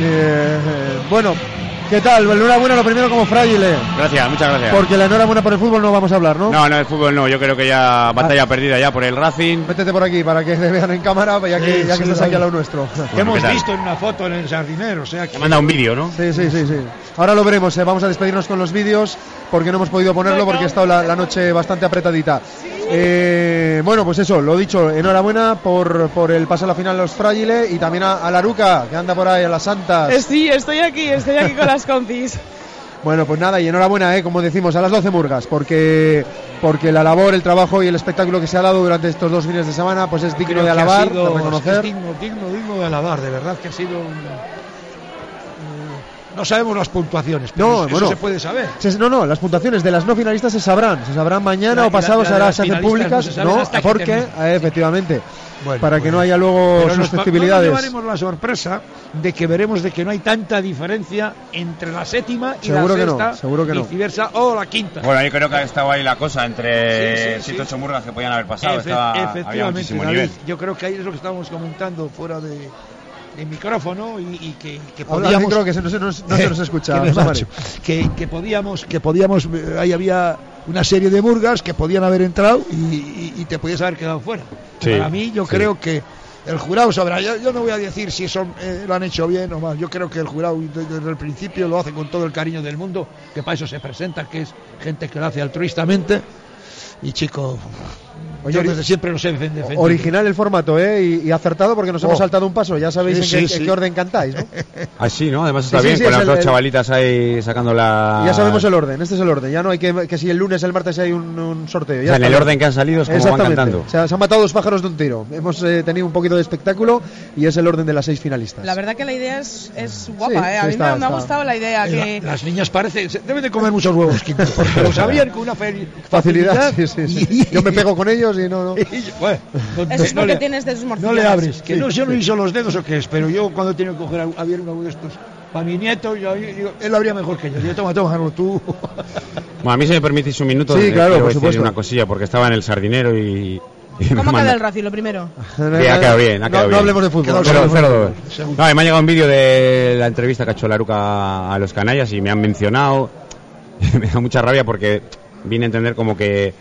eh, bueno, ¿qué tal? Enhorabuena lo primero como frágil, eh, Gracias, muchas gracias. Porque la enhorabuena por el fútbol no vamos a hablar, ¿no? No, no, el fútbol no. Yo creo que ya batalla Ah. perdida ya por el Racing. Métete por aquí para que te vean en cámara, ya que, Sí, ya sí, que estás vale. aquí al lado nuestro. Que Bueno, ¿qué hemos tal? visto en una foto en el sardinero, o sea que... Me manda un vídeo, ¿no? Sí, sí, sí, sí. Ahora lo veremos, eh. vamos a despedirnos con los vídeos porque no hemos podido ponerlo porque ha estado la, la noche bastante apretadita. Eh, bueno, pues eso, lo dicho, enhorabuena por, por el paso a la final a los frágiles y también a, a Laruca, que anda por ahí, a las santas. Sí, estoy aquí, estoy aquí con las compis. Bueno, pues nada, y enhorabuena, ¿eh? como decimos, a las 12 murgas, porque, porque la labor, el trabajo y el espectáculo que se ha dado durante estos dos fines de semana, pues es digno de Creo que ha alabar, sido- de reconocer. es digno, digno, digno de alabar, de verdad que ha sido un... eh, No sabemos las puntuaciones, pero No, eso bueno. se puede saber. Se- No, no, las puntuaciones de las no finalistas se sabrán. Se sabrán mañana La- o pasado, la- la se, hará- de las se hacen finalistas no públicas. se No, saben hasta que porque, termine. eh, efectivamente. Bueno, para que bueno. no haya luego Pero nos va- susceptibilidades. No nos llevaremos la sorpresa de que veremos de que no hay tanta diferencia entre la séptima y Seguro la que no, sexta, seguro que no. viceversa, o la quinta. Bueno, yo creo que ha estado ahí la cosa entre Sí, sí, sí. 7 8 murgas que podían haber pasado. Efe- Estaba, había efectivamente, muchísimo David, nivel. yo creo que ahí es lo que estábamos comentando fuera de, de micrófono y, y que, que Habla al podíamos... micro que se- no, se nos, no se [laughs] nos [laughs] escucha. Que, José Mari. macho, que- que podíamos, que podíamos, eh, ahí había una serie de burgas que podían haber entrado y, y- y te podías haber quedado fuera. Sí, Para mí, yo sí. creo que el jurado sabrá. Yo, yo no voy a decir si eso eh, lo han hecho bien o mal. Yo creo que el jurado de- desde el principio lo hace con todo el cariño del mundo, que para eso se presenta, que es gente que lo hace altruistamente. Y chico, Oye, yo ori- desde siempre los he defendido. Original el formato, ¿eh? Y, y acertado porque nos hemos Oh. saltado un paso. Ya sabéis Sí, en, qué, sí, en sí. qué orden cantáis, [laughs] ¿no? Así, ¿no? Además está Sí, sí, bien, sí, con es las el- dos el- chavalitas ahí sacando la. Ya sabemos el orden, este es el orden. Ya no hay que, que si el lunes, el martes hay un, un sorteo. Ya está. que han salido Exactamente. O sea, se han matado dos pájaros de un tiro. Hemos eh, tenido un poquito de espectáculo y es el orden de las seis finalistas. La verdad que la idea es, es Sí, guapa, ¿eh? A sí, mí está, me, me ha está. gustado la idea que... las niñas parecen, se- deben de comer muchos [laughs] huevos, Quinto, porque lo sabían con una fel- facilidad. Facilidad, sí, sí, [laughs] sí. Yo me pego con ellos y no, no. [laughs] Y yo, bueno, Eso es no porque le- tienes de sus No morcillas. le abres, que Sí, no, yo no sí. hizo los dedos o qué es, pero yo cuando he tenido que coger a, abrir uno de estos para mi nieto, yo, yo- yo- él lo habría mejor que yo. Yo, toma, toma, no, tú. Bueno, a mí si me permitís un minuto, Sí, eh, claro, quiero por decir supuesto. una cosilla, porque estaba en el sardinero y, Y me ¿Cómo ha manda- quedado el Racing lo primero? Sí, ha quedado bien, ha No- quedado no bien. hablemos de fútbol. Quedó No cero- hablemos de cero- fútbol. No, y me ha llegado un vídeo de la entrevista que ha hecho Laruca a los canallas y me han mencionado. [laughs] me da mucha rabia porque vine a entender como que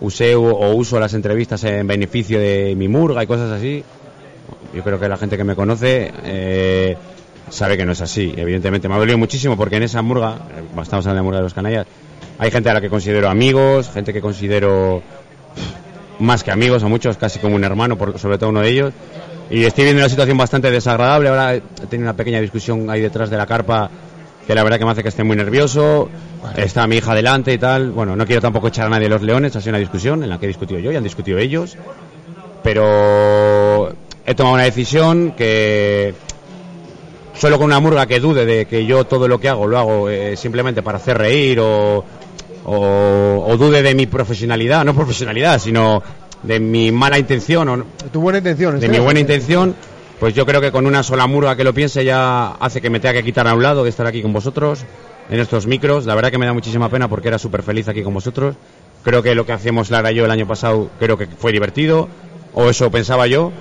usé o, o uso las entrevistas en beneficio de mi murga y cosas así. Yo creo que la gente que me conoce eh, sabe que no es así. Evidentemente me ha dolido muchísimo porque en esa murga, eh, estamos hablando de la murga de los canallas, hay gente a la que considero amigos, gente que considero más que amigos, a muchos casi como un hermano, por- sobre todo uno de ellos. Y estoy viendo una situación bastante desagradable. Ahora he tenido una pequeña discusión ahí detrás de la carpa que la verdad que me hace que esté muy nervioso. Está mi hija delante y tal. Bueno, no quiero tampoco echar a nadie de los leones. Ha sido una discusión en la que he discutido yo y han discutido ellos. Pero he tomado una decisión que solo con una murga que dude de que yo todo lo que hago lo hago eh, simplemente para hacer reír o, o- o dude de mi profesionalidad, no profesionalidad, sino de mi mala intención o, Tu buena intención. de ¿sí? mi buena intención, pues yo creo que con una sola murga que lo piense ya hace que me tenga que quitar a un lado de estar aquí con vosotros en estos micros. La verdad que me da muchísima pena porque era súper feliz aquí con vosotros. Creo que lo que hacíamos Lara y yo el año pasado creo que fue divertido, o eso pensaba yo.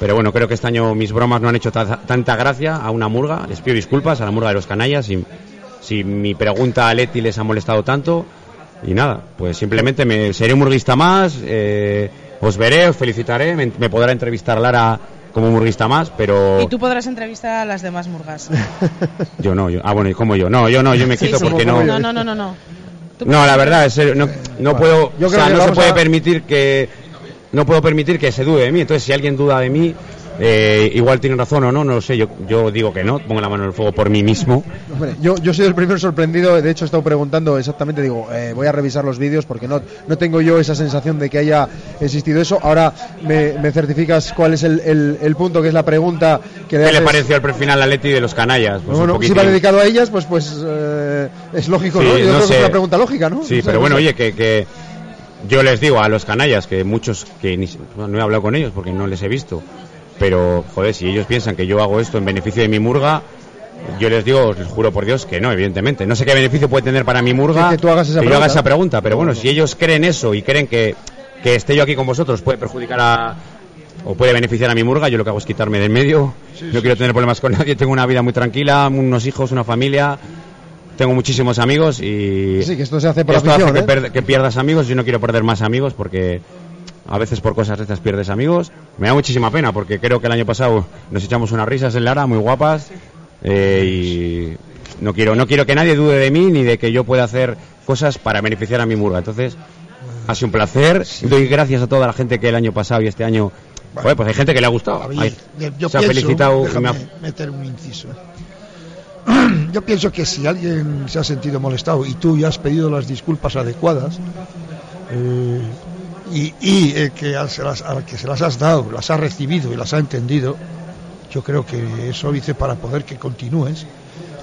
Pero bueno, creo que este año mis bromas no han hecho ta- tanta gracia a una murga. Les pido disculpas a la murga de los canallas si, si mi pregunta a Leti les ha molestado tanto. Y nada, pues simplemente me, seré un murguista más, eh, os veré, os felicitaré, me, me podrá entrevistar Lara como murguista más, pero Y tú podrás entrevistar a las demás murgas. yo no, yo, ah bueno, y como yo, no, yo no, yo me Sí, quito sí. porque no, No, no, no, no. no. Tú- no, la verdad, en serio, no, no puedo, yo o creo sea, que no se vamos puede a- permitir que, no puedo permitir que se dude de mí, entonces si alguien duda de mí, eh, igual tiene razón o no, no lo sé, yo, yo digo que no, pongo la mano en el fuego por mí mismo, [laughs] Hombre, yo, yo soy el primer sorprendido, de hecho he estado preguntando exactamente, digo, eh, voy a revisar los vídeos porque no, no tengo yo esa sensación de que haya existido eso. Ahora me, me certificas cuál es el, el- el punto, que es la pregunta que ¿qué le haces. pareció al perfil a Leti de los canallas? Pues un Bueno, si poquitín. va dedicado a ellas, pues pues eh, es lógico, Sí, ¿no? Yo no creo que sé. es una pregunta lógica, ¿no? Sí, O sea, pero no bueno, sé. oye, que, que yo les digo a los canallas que muchos que ni- bueno, no he hablado con ellos porque no les he visto, pero joder, si ellos piensan que yo hago esto en beneficio de mi murga, yo les digo, os juro por Dios que no, evidentemente. No sé qué beneficio puede tener para mi murga Que- que tú hagas esa yo haga pregunta. esa pregunta, pero bueno, si ellos creen eso y creen que, que esté yo aquí con vosotros puede perjudicar a o puede beneficiar a mi murga, yo lo que hago es quitarme del medio. no quiero tener problemas con [laughs] nadie, tengo una vida muy tranquila, unos hijos, una familia, tengo muchísimos amigos y Sí, que esto se hace por esto hace afición, que, ¿eh? per- que pierdas amigos. Yo no quiero perder más amigos porque a veces por cosas de estas pierdes amigos. Me da muchísima pena porque creo que el año pasado nos echamos unas risas en Lara muy guapas eh, y no quiero no quiero que nadie dude de mí ni de que yo pueda hacer cosas para beneficiar a mi murga. Entonces ha sido un placer. Doy gracias a toda la gente que el año pasado y este año. Joder, pues hay gente que le ha gustado. A ver, Hay- yo- yo se ha pienso- felicitado. y me déjame ha- meter un inciso. [clears throat] Yo pienso que si alguien se ha sentido molestado y tú ya has pedido las disculpas adecuadas eh, y, y, eh, que, a- se las, a- que se las has dado, las has recibido y las has entendido, yo creo que eso dice para poder que continúes,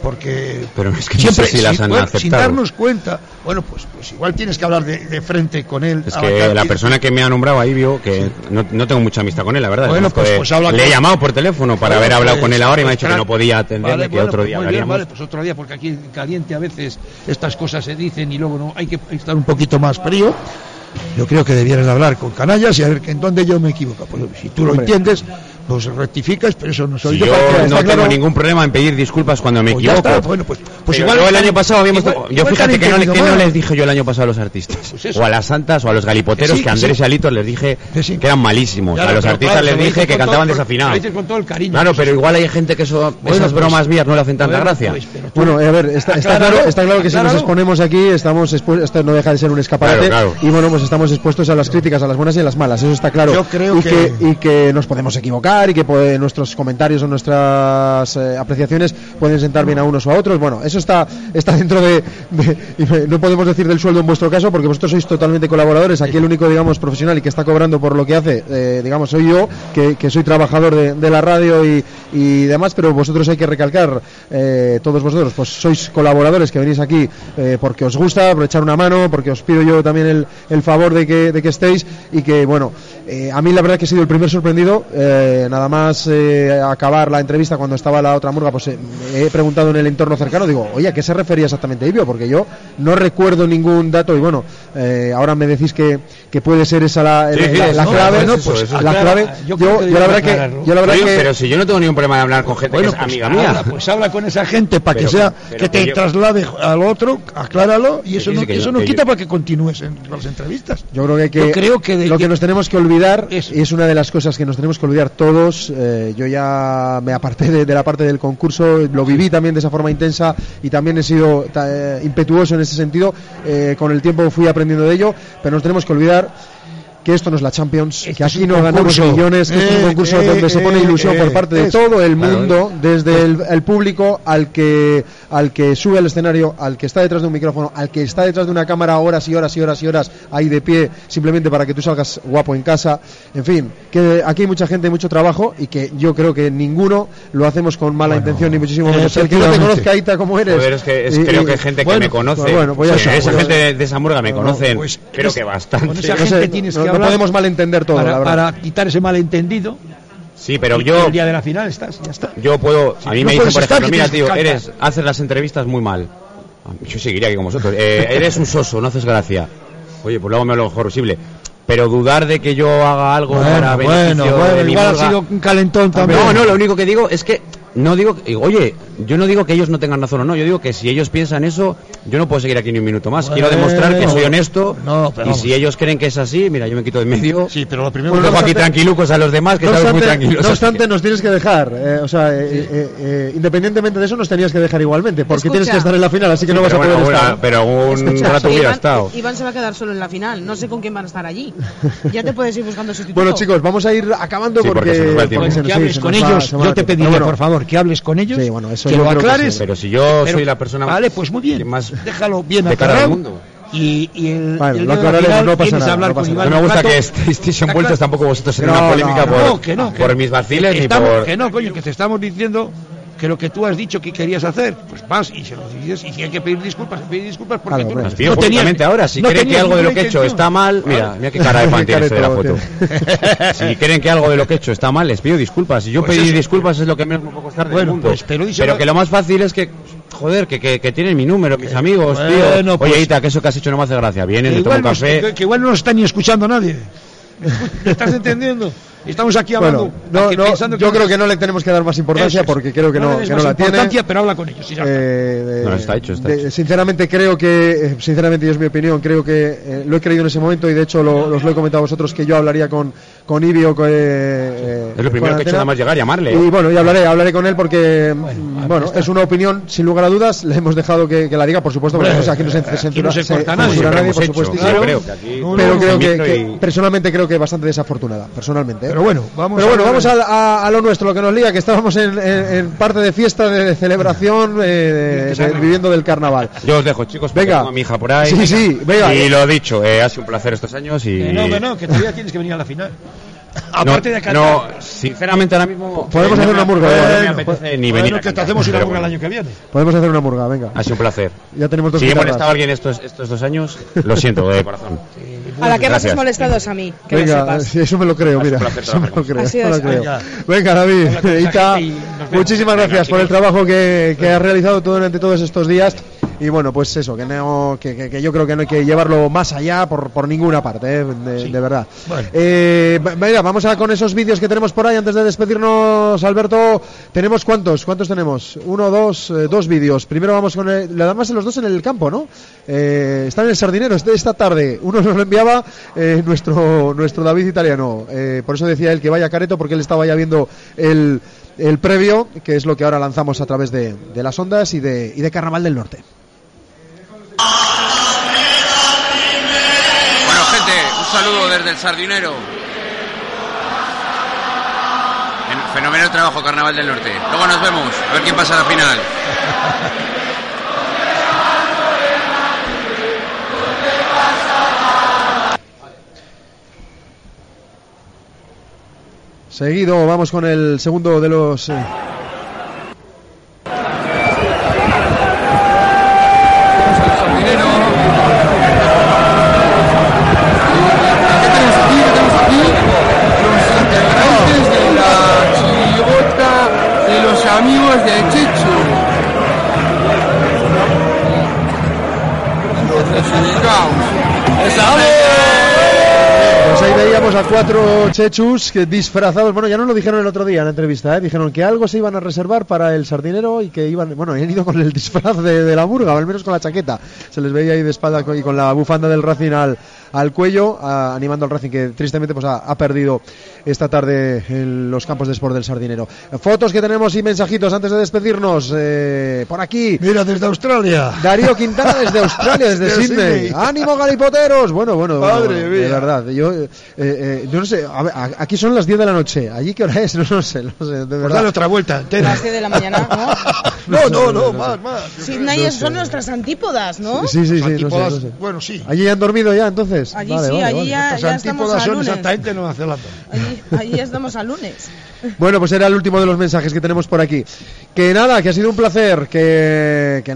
porque Pero es que no siempre sé si las han bueno, sin aceptado. darnos cuenta, bueno, pues, pues igual tienes que hablar de, de frente con él. Es a que cara la y- persona que me ha nombrado ahí vio que no, no tengo mucha amistad con él, la verdad. Bueno, Conozco pues- de- pues habla le con- he llamado por teléfono para Bueno, haber hablado pues, con él ahora y me ha pues, dicho que no claro. podía atenderme, Vale, que bueno, otro pues día muy bien, hablaríamos. vale, pues otro día, porque aquí en caliente a veces estas cosas se dicen y luego no, hay que estar un poquito más frío. Yo creo que debieran hablar con canallas y a ver que en dónde yo me equivoco. Pues, si tú lo Hombre. entiendes, pues rectificas, pero eso no soy Si yo para que- no está tengo claro. ningún problema en pedir disculpas cuando me Pues ya equivoco. está, bueno, pues, pues Pero igual yo el están- año pasado habíamos igual- to- yo igual fíjate están que, no, le- que no entendiendo mal. les dije yo el año pasado a los artistas Pues eso. o a las santas o a los galipoteros Que sí, que que Andrés sí. y Alitos les dije Que sí. que eran malísimos Ya, a no, los pero artistas claro, se les lo dije dices que con todo- cantaban con- desafinados lo dices con todo el cariño. claro pero igual hay gente que eso Bueno, esas pues- bromas mías no le hacen tanta Bueno, gracia pues, pero tú- Bueno, eh, a ver, está, está Acláralo, claro, está claro que si nos acláralo. exponemos aquí, estamos expu- esto no deja de ser un escaparate Claro, claro. y bueno, pues estamos expuestos a las críticas, a las buenas y a las malas, eso está claro. Yo creo y que- y que nos podemos equivocar y que puede- nuestros comentarios o nuestras eh, apreciaciones pueden sentar bien a unos o a otros. Bueno, eso está está [laughs] dentro de, de- y me- no podemos decir del sueldo en vuestro caso porque vosotros sois totalmente colaboradores. Aquí el único, digamos, profesional y que está cobrando por lo que hace, eh, digamos, soy yo, que, que soy trabajador de, de la radio y, y demás, pero vosotros hay que recalcar, eh, todos vosotros, pues sois colaboradores que venís aquí eh, porque os gusta, por echar una mano, porque os pido yo también el, el favor de que, de que estéis y que, bueno, eh, a mí la verdad que he sido el primer sorprendido. eh, nada más eh, acabar la entrevista cuando estaba la otra murga, pues eh, me he preguntado en el entorno cercano, digo, oye, ¿a qué se refería exactamente Ibio? Porque yo No recuerdo ningún dato y bueno, eh, ahora me decís que, que puede ser esa la, Sí, la- sí, la- la eso, clave. eso, eso, eso. La clave. Yo, Yo creo que yo la debemos verdad aclararlo. que, yo la verdad Oye, que pero si yo no tengo ningún problema de hablar con gente que es amiga mía. Habla, pues habla con esa gente para que Pero- sea pero que te que yo- traslade al otro, acláralo y eso dice no, que yo- eso no que yo- quita para que continúes en las entrevistas. Yo creo que, que Yo creo que de- lo que que- nos tenemos que olvidar Eso. y es una de las cosas que nos tenemos que olvidar todos. eh, yo ya me aparté de, de la parte del concurso, lo viví también de esa forma intensa y también he sido ta- eh, impetuoso en ese sentido. eh, con el tiempo fui aprendiendo de ello, pero nos tenemos que olvidar que esto no es la Champions, Este que es aquí un no ganamos concurso. millones, que es Eh, un concurso eh, donde se pone eh, ilusión eh, por parte de es- todo el Claro, mundo, desde el, el público al que al que sube al escenario, al que está detrás de un micrófono, al que está detrás de una cámara horas y horas y horas y horas ahí de pie simplemente para que tú salgas guapo en casa. En fin, que aquí hay mucha gente, mucho trabajo y que yo creo que ninguno lo hacemos con mala intención ni muchísimo menos. El que no te efectivamente. conozca, Aita, como pues eres. Joder, es que es- Y- creo y- que hay gente que bueno, me conoce. Bueno, pues ya O sea, está, esa pues- gente de, de esa murga me conocen. pues, creo es- que bastante. con esa no sé, gente tienes no- que no hablar podemos malentender todo, la para, verdad. para quitar ese malentendido. Sí, pero y yo el día de la final estás, ya está. yo puedo, a mí no me dicen puedes por estar, ejemplo, que tienes mira que tío, cantar". eres haces las entrevistas muy mal. Yo seguiría aquí con vosotros. Eh, eres un soso, no haces gracia. Oye, pues lo hago lo mejor posible. Pero dudar de que yo haga algo para beneficio de mi igual murga- ha sido un calentón también. No, no, lo único que digo es que no digo, que- oye, yo no digo que ellos no tengan razón o no, yo digo que si ellos piensan eso, yo no puedo seguir aquí ni un minuto más. Quiero demostrar que soy honesto No, pero y vamos. si ellos creen que es así, mira, yo me quito de medio. Sí, pero lo primero Dejo no pues aquí obstante- tranquilucos a los demás que No estamos obstante, muy tranquilos. no obstante, nos tienes que dejar. eh, o sea, eh, eh, eh, independientemente de eso, nos tenías que dejar igualmente, porque Escucha. tienes que estar en la final, así que no vas pero a poder bueno, bueno, estar. pero un Escucha, rato que hubiera Iván, estado. Iván se va a quedar solo en la final. No sé con quién van a estar allí. Ya te puedes ir buscando sustituto. Bueno, chicos, vamos a ir acabando Sí, porque porque, se nos va el tiempo. porque se que nos- sí, hables se con nos va- ellos, se nos va yo el te tiempo. pediría, Bueno, por favor, que hables con ellos, Sí, bueno, eso que yo lo creo que aclares. sí. Pero si yo Pero- soy la persona Vale, pues muy bien. más Déjalo bien de cara al aclarado. mundo. Y, y el, Vale, y lo el día de la aclararemos, final no pasa vienes a nada, hablar no con pasa Iván No me gusta un rato. que estéis Está envueltos claro. tampoco vosotros en No, una no, polémica no, por, que no, que por no. mis vaciles ni Estamos- por... Que no, coño, que te estamos diciendo que lo que tú has dicho que querías hacer, pues vas y se lo dices. Y si hay que pedir disculpas, hay que pedir disculpas porque Claro, tú hombre. no, Las pido tenías- públicamente ahora, si no creen que tenías algo de lo ninguna que he hecho intención. está mal, mira, mira qué [laughs] cara de pan Qué tiene este de la careto foto. si creen que algo de lo que he hecho está mal, les pido disculpas. Si yo Pues pedir eso. disculpas es lo que menos me puedo costar del Bueno, mundo. pues, pero díselo- pero que lo más fácil es que, joder, que, que, que tienen mi número, mis amigos, bueno, tío. pues- Oye, Ita, que eso que has hecho no me hace gracia. Vienes, Que te tomo igual, un no, que- café. que igual no nos está ni escuchando nadie. [laughs] ¿Me estás entendiendo? Estamos aquí hablando. Bueno, no, aquí no, pensando yo creo que no le tenemos que dar más importancia Eso es. porque creo que no, le des que no más la tiene. importancia, pero habla con ellos. y ya está. Eh, de- No, está hecho, está de- hecho. Sinceramente creo que, eh, sinceramente yo es mi opinión, creo que eh, lo he creído en ese momento y de hecho lo, os lo he comentado a vosotros que yo hablaría con, con Ibi o con... eh, Es eh, con lo primero que he hecho Antena. nada más llegar, llamarle. Y bueno, y hablaré, hablaré con él porque, mm, bueno, es una opinión, sin lugar a dudas, le hemos dejado que, que la diga, por supuesto, porque Hombre, o sea, aquí no se aquí no se censura, corta censura nadie, Como no, siempre nadie, hemos por hecho, supuesto. yo claro. creo que aquí- No, Pero no, creo que, Micro que- y- personalmente creo que bastante desafortunada, personalmente. ¿eh? Pero bueno, vamos Pero a bueno, ver- vamos a, a- a lo nuestro, lo que nos liga, que estábamos en, en- en parte de fiesta, de, de celebración, eh, de- de- viviendo del carnaval. Yo os dejo, chicos, porque Venga. tengo a mi hija por ahí. Sí, sí, venga. Y lo dicho, eh, ha sido un placer estos años y... Que no, que no, que todavía tienes que venir a la final. Aparte de cantar. no, sinceramente ahora mismo... Podemos eh, hacer no una me- murga, no venga, me venga. apetece ni Bueno, venir a que te cantar, hacemos ir a pero Burga el bueno. año que viene. Podemos hacer una murga, venga. Ha sido un placer. Ya tenemos dos Si he guitarras. molestado a alguien estos, estos dos años, lo siento de corazón. a la que más Gracias. has molestado es a mí. Que lo Venga, sepas. sí, eso me lo creo, Ha sido mira. un placer Eso me lo trabajar creo, con eso me lo vosotros. creo. Venga. Venga, David, Habla con esa Ita, gente y nos vemos. muchísimas Venga, gracias por el chicos. trabajo que, que has realizado todo durante todos estos días. Y bueno, pues eso, que, no, que, que- que yo creo que no hay que llevarlo más allá por, por ninguna parte, eh, de, de verdad. Bueno. Eh, va- venga, vamos a con esos vídeos que tenemos por ahí antes de despedirnos, Alberto. ¿Tenemos cuántos? ¿Cuántos tenemos? Uno, dos, eh, dos vídeos. Primero vamos con el, la damas los dos en el campo, ¿no? Eh, están en el sardinero este- esta tarde. Uno nos lo enviaba eh, nuestro, nuestro David italiano. Eh, por eso decía él que vaya careto, porque él estaba ya viendo el, el previo, que es lo que ahora lanzamos a través de, de las ondas y de, y de Carnaval del Norte. Bueno, gente, un saludo desde el Sardinero. En- Fenomenal trabajo, Carnaval del Norte. Luego nos vemos, a ver quién pasa a la final. Seguido, vamos con el segundo de los. eh, de los amigos de Chechu. Pues cuatro chechus que disfrazados. Bueno, ya no lo dijeron el otro día en la entrevista, ¿eh? Dijeron que algo se iban a reservar para el sardinero y que iban. Bueno, han ido con el disfraz de, de la burga, o al menos con la chaqueta. Se les veía ahí de espalda con- y con la bufanda del Racing al, al cuello, a- animando al Racing que tristemente pues, ha, ha perdido esta tarde en los campos de sport del sardinero. Fotos que tenemos y mensajitos antes de despedirnos. eh, por aquí. Mira, desde Australia. Darío Quintana desde Australia, desde, [laughs] Desde Sydney. Sydney. ¡Ánimo, galipoteros! Bueno, bueno, bueno, [laughs] Madre bueno, de mía. verdad. Yo, eh, eh, yo no sé, a ver, a- aquí son las 10 de la noche. ¿Allí qué hora es? [laughs] No, no sé, no sé, de Pues dale verdad. otra vuelta entera. Las 10 de la mañana, ¿no? [laughs] No, no, no, más, más. Sydney No son sé. nuestras antípodas, ¿no? Sí, sí, Pues sí, no sé, Antípodas, no sé. Bueno, sí. ¿Allí han dormido ya, entonces? Allí sí, allí ya- Las estamos antípodas a son lunes. exactamente Nueva Zelanda. Allí, allí estamos a lunes. Bueno, pues era el último de los mensajes que tenemos por aquí. Que nada, que ha sido un placer, que, que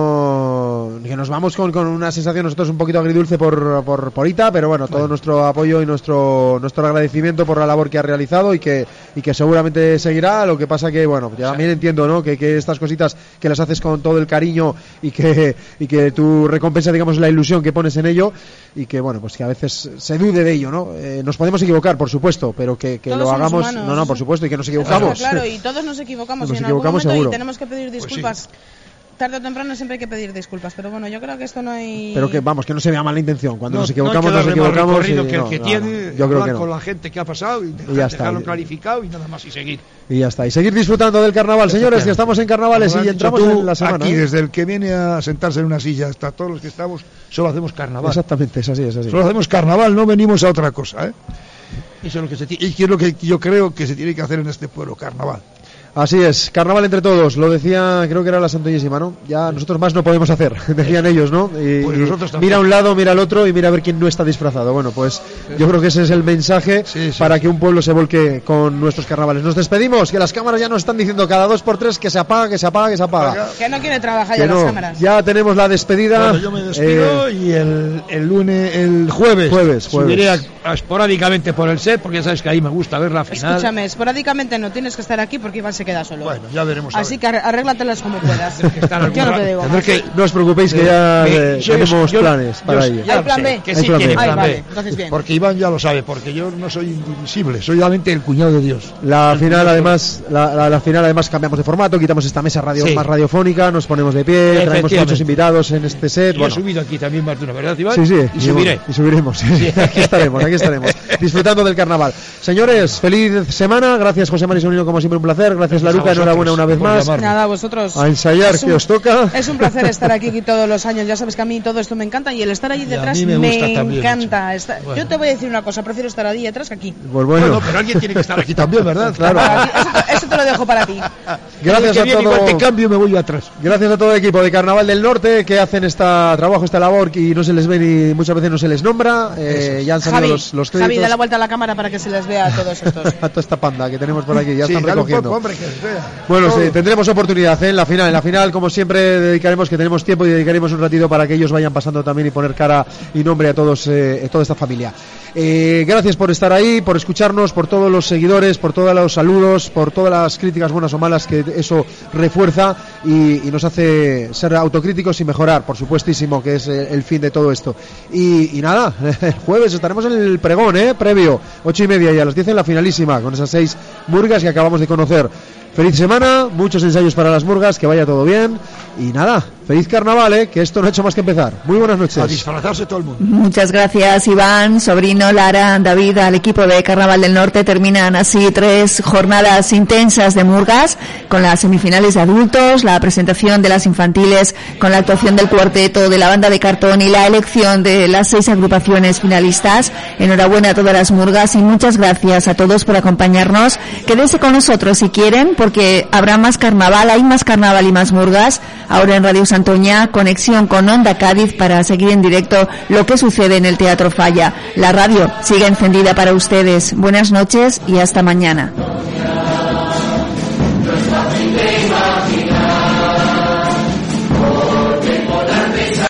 no... Que nos vamos con, con una sensación nosotros un poquito agridulce por, por, por Ita, pero bueno, todo nuestro apoyo y nuestro, nuestro agradecimiento por la labor que ha realizado y que, y que seguramente seguirá. Lo que pasa que, bueno, yo también entiendo, ¿no? Que, que estas cositas que las haces con todo el cariño y que, y que tú recompensas, digamos, la ilusión que pones en ello y que, bueno, pues que a veces se dude de ello, ¿no? Eh, nos podemos equivocar, por supuesto, pero que, que Todos lo somos hagamos... humanos. No, no, por supuesto, y que nos Eso está equivocamos. Claro, y todos nos equivocamos, Nos y en equivocamos algún momento seguro. y tenemos que Pues pedir disculpas. Tarde o temprano siempre hay que pedir disculpas, pero bueno, yo creo que esto no hay... Pero que vamos, que no se vea mala intención. Cuando No, nos no hay que equivocamos, nos darle más equivocamos. recorrido y que el no, que no, tiene, no. yo creo hablar que con no. la gente que ha pasado y, dejar- Y ya está. dejarlo clarificado y nada más y seguir. Y ya está. Y seguir disfrutando del carnaval, señores, que estamos en carnavales Como y has Ah, entramos dicho tú, en la semana. Aquí, ¿eh? desde el que viene a sentarse en una silla hasta todos los que estamos, solo hacemos carnaval. Exactamente, es así, es así. Solo hacemos carnaval, no venimos a otra cosa. ¿eh? Eso es lo que se ti- y que es lo que yo creo que se tiene que hacer en este pueblo, carnaval. Así es, carnaval entre todos, lo decía, creo que era la santoñísima, ¿no? Ya nosotros más no podemos hacer, [laughs] decían ellos, ¿no? Y, Pues y nosotros tampoco. mira a un lado, mira al otro y mira a ver quién no está disfrazado. Bueno, pues yo creo que ese es el mensaje Sí, sí, para que un pueblo se volque con nuestros carnavales. Nos despedimos, que las cámaras ya nos están diciendo cada dos por tres que se apaga, que se apaga, que se apaga. Que no quiere trabajar Que ya las no, cámaras. ya tenemos la despedida. Bueno, yo me despido Ah, Eh, y el, el lunes, el jueves, Jueves, jueves. subiré a- a esporádicamente por el set, porque ya sabes que ahí me gusta ver la final. Escúchame, esporádicamente no tienes que estar aquí porque Iván se queda solo. Bueno, ya veremos. a Así ver. que arr- arréglatelas como puedas. que estar algún yo no te rato. digo Tendré más. que- no os preocupéis que ya Eh, eh, yo- tenemos yo- planes yo- para yo- ello. ya Hay lo plan sé, B. Que Hay sí plan tiene B. plan Ay, vale, B. entonces bien. Porque Iván ya lo sabe, porque yo no soy indivisible, soy solamente el cuñado de Dios. La pues, final además, la, la- la final además cambiamos de formato, quitamos esta mesa radio Sí. más radiofónica, nos ponemos de pie, traemos Efectivamente. muchos invitados en este set. Yo Bueno, he subido aquí también más de una, ¿verdad, Iván? sí, sí, Y subiré. bueno, y subiremos. aquí estaremos, aquí [laughs] estaremos, disfrutando del carnaval. Señores, feliz semana, gracias José María Solino, como siempre un placer, gracias a Laruca, vosotros enhorabuena una vez por más. llamarme. Nada, vosotros. A ensayar, Es que os toca. Es un placer estar aquí [laughs] aquí todos los años. Ya sabes que a mí todo esto me encanta y el estar allí a detrás mí me me, gusta también, encanta. Está- Bueno. Yo te voy a decir una cosa, prefiero estar allí detrás que aquí. Pues bueno, Bueno, pero alguien tiene que estar aquí también, ¿verdad? Claro. Para ti. Eso, te- eso te lo dejo para ti. El gracias que a viene igual te todos. cambio y me voy yo atrás. Gracias a todo el equipo de Carnaval del Norte que hacen esta trabajo, esta labor y no se les ve ni muchas veces no se les nombra. Eh, ya han salido Javi, los, los créditos. Javi, da la vuelta a la cámara para que se les vea a [laughs] todos estos. a toda esta panda que tenemos por aquí, ya Sí, están dale un recogiendo. poco, hombre, que se vea. Bueno, Todo. sí, tendremos oportunidad ¿eh? en la final. En la final, como siempre, dedicaremos que tenemos tiempo y dedicaremos un ratito para que ellos vayan pasando también y poner cara y nombre a todos, eh, a toda esta familia. Eh, gracias por estar ahí, por escucharnos, por todos los seguidores, por todos los saludos, por todas las críticas buenas o malas que eso refuerza y, y nos hace ser autocríticos y mejorar, por supuestísimo, que es eh, el fin de todo esto. Y, y nada, [laughs] el jueves estaremos en el pregón, ¿eh? previo, ocho y media y a las 10 en la finalísima, con esas seis murgas que acabamos de conocer. Feliz semana, muchos ensayos para las murgas, que vaya todo bien. Y nada, feliz carnaval, ¿eh? que esto no ha hecho más que empezar. Muy buenas noches. A disfrazarse todo el mundo. Muchas gracias Iván, Sobrino, Lara, David, al equipo de Carnaval del Norte. Terminan así tres jornadas intensas de murgas con las semifinales de adultos, la presentación de las infantiles con la actuación del cuarteto, de la banda de cartón y la elección de las seis agrupaciones finalistas. Enhorabuena a todas las murgas y muchas gracias a todos por acompañarnos. Quédense con nosotros si quieren porque habrá más carnaval, hay más carnaval y más murgas. Ahora en Radio Santoña, conexión con Onda Cádiz para seguir en directo lo que sucede en el Teatro Falla. La radio sigue encendida para ustedes. Buenas noches y hasta mañana.